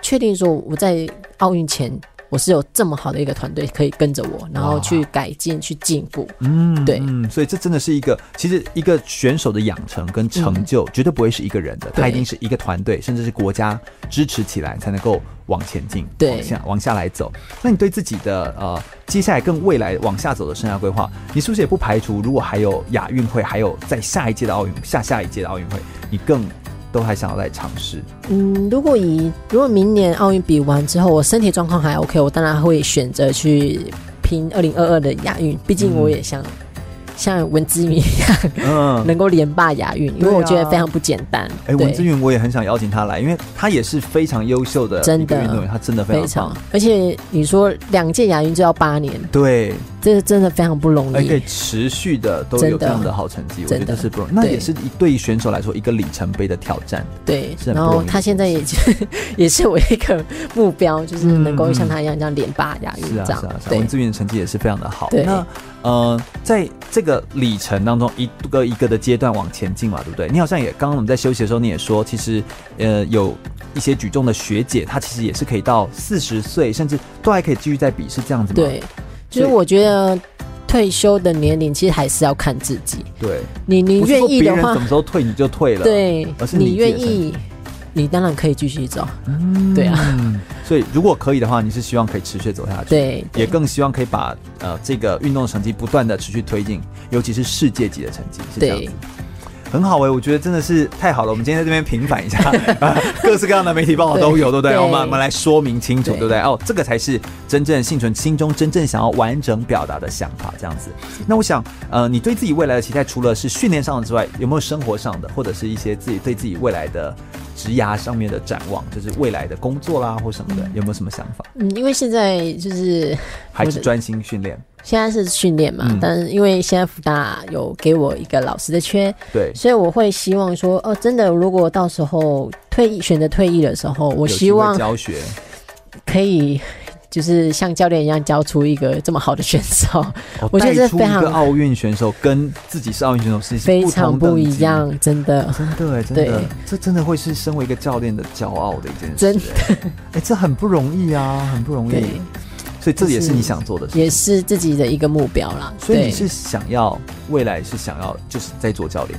B: 确定说我在奥运前。我是有这么好的一个团队可以跟着我，然后去改进、去进步。
A: 嗯，
B: 对
A: 嗯，所以这真的是一个，其实一个选手的养成跟成就，绝对不会是一个人的，他
B: 对
A: 一定是一个团队，甚至是国家支持起来，才能够往前进，
B: 对
A: 往下往下来走。那你对自己的呃，接下来更未来往下走的生涯规划，你是不是也不排除，如果还有亚运会，还有在下一届的奥运，下下一届的奥运会，你更都还想要来尝试？
B: 嗯，如果以如果明年奥运比完之后，我身体状况还 OK，我当然会选择去拼二零二二的亚运。毕竟我也想、像文之云一样，
A: 嗯
B: 能够连霸亚运，因为
A: 对啊
B: 我觉得非常不简单。
A: 哎，文之云，我也很想邀请他来，因为他也是非常优秀的
B: 真
A: 一个
B: 的
A: 运动员，他真的非
B: 非
A: 常
B: 常
A: 棒。，
B: 而且你说两届亚运就要八年，
A: 对，
B: 这真的非常不容
A: 而哎可以
B: 易。
A: 持续的都
B: 真
A: 有
B: 的
A: 这样的好成绩，我觉
B: 真的
A: 得是不容易。那
B: 对
A: 也是一对于选手来说一个里程碑的挑战。
B: 对，
A: 是很不
B: 然
A: 容易
B: 后他现在也 也是我一个目标，就是能够
A: 嗯
B: 像他一样这样连霸亚运
A: 是啊，
B: 这
A: 是啊，
B: 样。
A: 是啊
B: 对
A: 文，志云的成绩也是非常的好。
B: 对
A: 那呃，在这个里程当中，一个一个的阶段往前进嘛，对不对？你好像也刚刚我们在休息的时候，你也说，其实呃有一些举重的学姐，她其实也是可以到四十岁，甚至都还可以继续在比，是这样子吗？
B: 对，就是
A: 所以
B: 我觉得退休的年龄其实还是要看自己，
A: 对，
B: 你你
A: 不是
B: 愿
A: 说
B: 意
A: 别
B: 的
A: 人
B: 话
A: 什，么时候退你就退了，
B: 对
A: 而，是
B: 你
A: 你自己
B: 愿
A: 的身体
B: 意，你当然可以继续走。对啊，
A: 嗯，所以如果可以的话，你是希望可以持续走下去，
B: 对对
A: 也更希望可以把呃这个运动成绩不断的持续推进，尤其是世界级的成绩，是这样子
B: 对。
A: 很好哎、我觉得真的是太好了。我们今天在这边平反一 下，啊各式各样的媒体报道都有，对不对？哦
B: 对
A: 我们我们来说明清楚，
B: 对
A: 对不对？哦，这个才是真正幸存心中真正想要完整表达的想法，这样子。那我想，呃，你对自己未来的期待，除了是训练上的之外，有没有生活上的，或者是一些自己对自己未来的职涯上面的展望，就是未来的工作啦或什么的，有没有什么想法？
B: 嗯，因为现在就是
A: 还
B: 我
A: 是
B: 的
A: 专心训练？
B: 现在是训练嘛，
A: 嗯
B: 但是因为现在福大有给我一个老师的缺，
A: 对，
B: 所以我会希望说，哦，真的，如果到时候退役选择退役的时候，我
A: 我
B: 希望
A: 教学，
B: 可以。就是像教练一样教出一个这么好的选手，
A: 哦
B: 我觉得
A: 带
B: 这
A: 出
B: 非
A: 一个
B: 常
A: 奥运选手跟自己是奥运选手是
B: 非常
A: 不同
B: 不
A: 等级
B: 一。样，真的。
A: 真的哎，真的
B: 对，
A: 这真的会是身为一个教练的骄傲的一件事。
B: 真
A: 的，哎，这很不容易啊，很不容易
B: 对。，
A: 所以这也是
B: 就是
A: 你想做的事情。
B: 也是自己的一个目标啦。
A: 所以你
B: 对
A: 是想要未来是想要就是在做教练，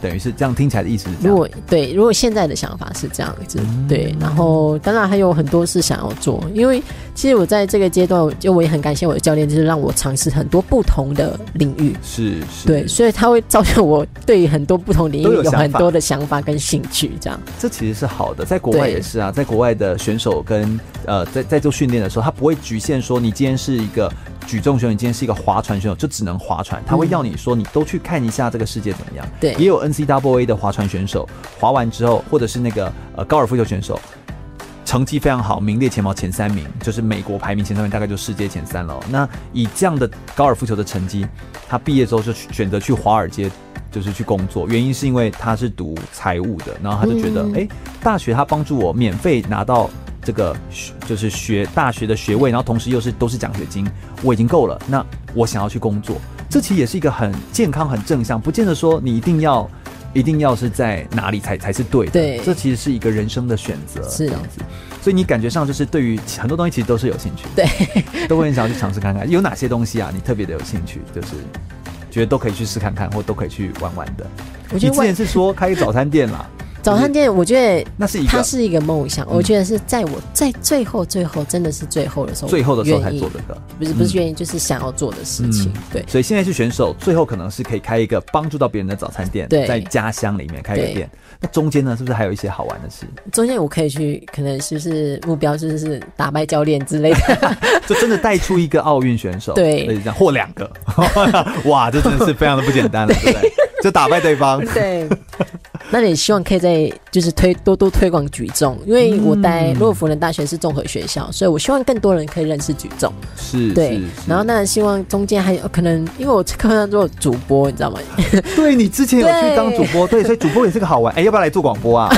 A: 等于是这样听起来的意思是这
B: 如
A: 样。
B: 果对，如果现在的想法是这样子，对，然后当然还有很多事想要做，因为其实我在这个阶段，就我也很感谢我的教练，就是让我尝试很多不同的领域，
A: 是是，
B: 对，所以他会造就我对于很多不同领域
A: 都有
B: 有
A: 想
B: 很
A: 法
B: 多的想法跟兴趣，这样
A: 这其实是好的，在国外
B: 对
A: 也是啊，在国外的选手跟呃在在做训练的时候，他不会局限说你今天是一个举重选手，你今天是一个划船选手，就只能划船，他会要你说你都去看一下这个世界怎么样。
B: 对
A: 也有 NCAA 的划船选手，划完之后，或者是那个呃高尔夫球选手。成绩非常好，名列前茅前三名，就是美国排名前三名，大概就世界前三了哦。那以这样的高尔夫球的成绩，他毕业之后就去选择去华尔街，就是去工作。原因是因为他是读财务的，然后他就觉得，哎、大学他帮助我免费拿到这个学，就是学大学的学位，然后同时又是都是奖学金，我已经够了。那我想要去工作，这其实也是一个很健康、很正向，不见得说你一定要。一定要是在哪里才才是对的。
B: 对
A: 这其实是一个人生的选择，
B: 是
A: 这样子。所以你感觉上就是对于很多东西其实都是有兴趣，对，都会很想要去尝试看看有哪些东西啊，你特别的有兴趣，就是觉得都可以去试看看，或都可以去玩玩的。
B: 我觉得
A: 你之前是说开一个早餐店 啦，
B: 早餐店，我觉得
A: 那是一个
B: 它是一个梦想。
A: 嗯
B: 我觉得是在我在最后最后真的是最后的时候，
A: 最后的时嗯候才
B: 愿意
A: 做这个嗯
B: 不是不是愿意，就是想要做的事情。对，
A: 所以现在是选手，最后可能是可以开一个帮助到别人的早餐店，
B: 对
A: 在家乡里面开一个
B: 对
A: 店。那中间呢，是不是还有一些好玩的事？
B: 中间我可以去，可能就是目标就是打败教练之类 的。
A: 就真的带出一个奥运选手，
B: 对
A: 类似这样或两个， 哇，这真的是非常的不简单了，对 不对？就打败对方，
B: 对，那也希望可以在就是推多多推广举重，因为我待
A: 嗯
B: 洛夫人大学是综合学校，所以我希望更多人可以认识举重。
A: 是，
B: 对
A: 是，
B: 然后那希望中间还有可能，因为我课上做主播，你知道 吗？
A: 对你之前有去当主播，对，所以主播也是个好玩。哎，要不要来做广 播啊？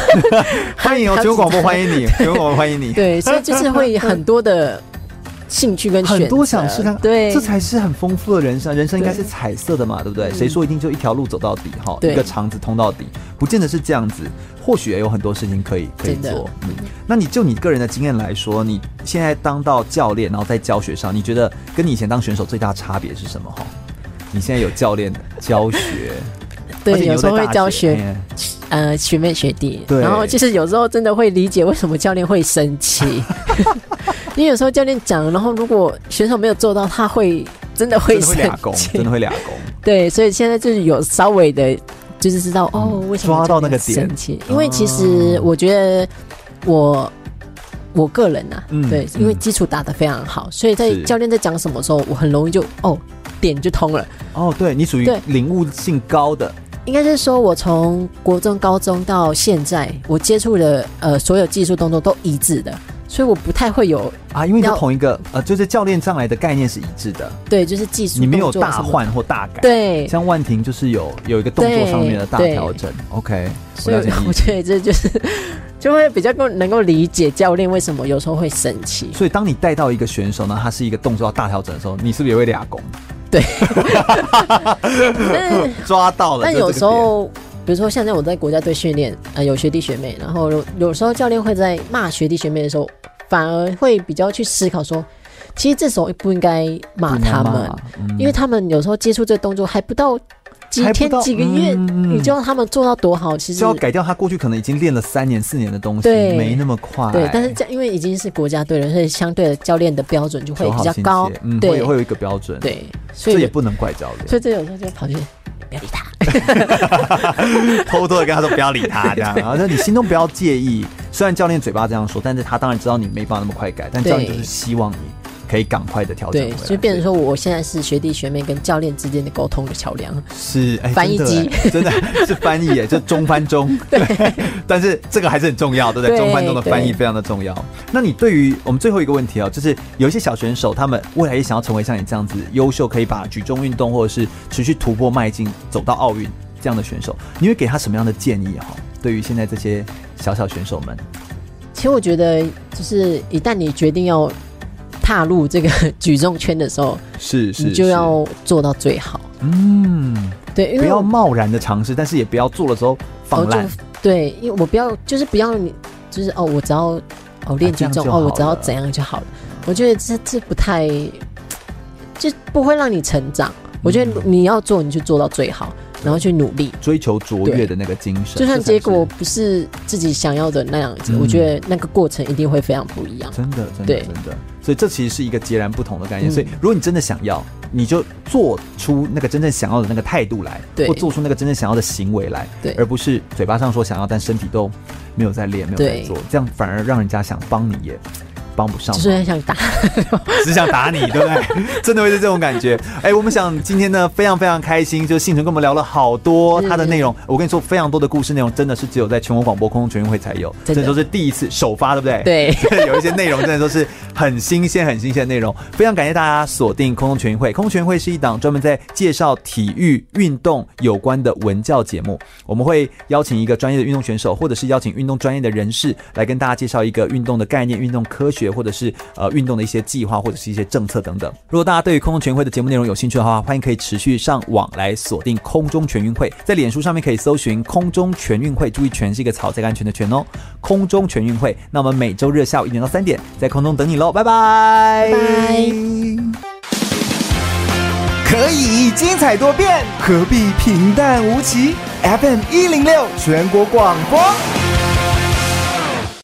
A: 欢迎哦，
B: 他
A: 全国广播欢迎你，全国广播欢迎你。
B: 对，所以就是会很多的兴趣跟选择
A: 很多想试看，
B: 对，
A: 这才是很丰富的人生。人生应该
B: 对
A: 是彩色的嘛，对不对？
B: 嗯
A: 谁说一定就一条路走到底哈？
B: 对
A: 一个肠子通到底，不见得是这样子。或许也有很多事情可以可以
B: 真的
A: 做。嗯，那你就你个人的经验来说，你现在当到教练，然后在教学上，你觉得跟你以前当选手最大的差别是什么？哈，你现在有教练教学，而且
B: 对，
A: 你又
B: 有时候
A: 在
B: 会
A: 大
B: 教
A: 学哎
B: 学，呃学妹学弟，
A: 对
B: 然后就是有时候真的会理解为什么教练会 生气，因为有时候教练讲，然后如果选手没有做到，他会真的
A: 真
B: 会
A: 的会
B: 生
A: 俩攻，真
B: 气
A: 的，会俩攻。
B: 对，所以现在就是有稍微的，就是知道哦，为什么
A: 嗯抓到那个
B: 教练
A: 点哦
B: 生气？因为其实我觉得我。我个人啊，
A: 嗯
B: 对，
A: 嗯
B: 因为基础打得非常好，所以在
A: 是
B: 教练在讲什么时候，我很容易就哦点就通了。
A: 哦，对你属于
B: 对
A: 领悟性高的，
B: 应该是说，我从国中、高中到现在，我接触的呃所有技术动作都一致的，所以我不太会有
A: 啊，因为你都
B: 要
A: 同一个呃，就是教练上来的概念是一致的，
B: 对，就是技术
A: 你没有
B: 动作
A: 大
B: 什么
A: 换或大改。
B: 对，
A: 像万婷就是有有一个动作上面的大调整。OK，我
B: 所以
A: 了解你
B: 我
A: 意思。
B: 觉得这就是 就会比较够能够理解教练为什么有时候会生气。
A: 所以当你带到一个选手呢，他是一个动作要大调整的时候，你是不是也会俩拱？
B: 对，
A: 抓到了。
B: 但
A: 就这个
B: 有时候，比如说像在我在国家队训练，呃，有学弟学妹，然后有有时候教练会在骂学弟学妹的时候，反而会比较去思考说，其实这时候不应该骂他
A: 不应该
B: 们
A: 骂，嗯
B: 因为他们有时候接触这个动作还不到几
A: 还不
B: 天
A: 到
B: 几个月，
A: 嗯嗯嗯
B: 你就让他们做到多好，其
A: 点
B: 实
A: 就要改掉他过去可能已经练了三年四年的东西，
B: 对
A: 没那么快。
B: 对，但是这样因为已经是国家队了，所以相对的教练的标准就会
A: 求
B: 比
A: 好
B: 较
A: 心切
B: 高，
A: 嗯，会
B: 对
A: 有会有一个标准。，
B: 对，所
A: 这也
B: 以
A: 不能怪教练，
B: 所以这有时候就跑去不要理他，
A: 偷偷的跟他说不要理他 这样，然后说你心中不要介意。虽然教练嘴巴这样说，但是他当然知道你没办法那么快改，但教练
B: 对
A: 就是希望你可以赶快的调整
B: 对
A: 回，来。
B: 所以变成说我现在是学弟学妹跟教练之间的沟通的桥梁。
A: 是、哎
B: 翻译机
A: 真的耶，真的是翻译耶，哎就中翻中。 对， 但是这个还是很重要，对不对？
B: 对
A: 中翻中的翻译
B: 对
A: 非常的重要。那你对于我们最后一个问题哦，就是有一些小选手，他们未来也想要成为像你这样子优秀，可以把举重运动或者是持续突破迈进，走到奥运这样的选手，你会给他什么样的建议哈、哦对于现在这些小小选手们，
B: 其实我觉得，就是一旦你决定要踏入这个举重圈的时候，
A: 是
B: 你就要做到最好。
A: 嗯，
B: 对，因
A: 不
B: 为
A: 要
B: 我
A: 贸然的尝试，但是也不要做了之后
B: 我
A: 放
B: 就
A: 烂。
B: 对，因为我不要，就是不要你，就是哦，我只要哦练
A: 啊这
B: 举
A: 样
B: 重，
A: 就好
B: 哦，我只要
A: 了
B: 怎样就好了。我觉得这这不太，就不会让你成长。我觉
A: 嗯
B: 得你要做，你就做到最好，然后去努力。
A: 追求卓越的那个精神，
B: 就算
A: 这才
B: 结果
A: 是
B: 不是自己想要的那样子，
A: 嗯
B: 我觉得那个过程一定会非常不一样。
A: 真的，真的，
B: 对
A: 真的。所以这其实是一个截然不同的概念。
B: 嗯
A: 所以如果你真的想要，你就做出那个真正想要的那个态度来，
B: 对
A: 或做出那个真正想要的行为来，
B: 对
A: 而不是嘴巴上说想要，但身体都没有在练，没有在
B: 对
A: 做，这样反而让人家想帮你也帮不上
B: 就
A: 忙。
B: 是很想打，
A: 只想打你，对不 对？真的会是这种感觉。哎、我们想今天呢非常非常开心，就幸存跟我们聊了好多
B: 嗯
A: 他的内容。我跟你说，非常多的故事内容真的是只有在全国广播空中全运会才有，
B: 真的
A: 这都是第一次首发，对不对？
B: 对
A: 有一些内容真的都是很新鲜、很新鲜的内容。非常感谢大家锁定空中全运会。空中全运会是一档专门在介绍体育运动有关的文教节目。我们会邀请一个专业的运动选手，或者是邀请运动专业的人士来跟大家介绍一个运动的概念、运动科学，学或者是呃运动的一些计划或者是一些政策等等。如果大家对于空中全运会的节目内容有兴趣的话，欢迎可以持续上网来锁定空中全运会，在脸书上面可以搜寻空中全运会，注意“全”是一个草这个安全的“全”哦，空中全运会。那我们每周日下午一点到三点在空中等你喽，拜拜。
B: 拜
A: 可以精彩多变，何必平淡无奇？FM 一零六全国广播。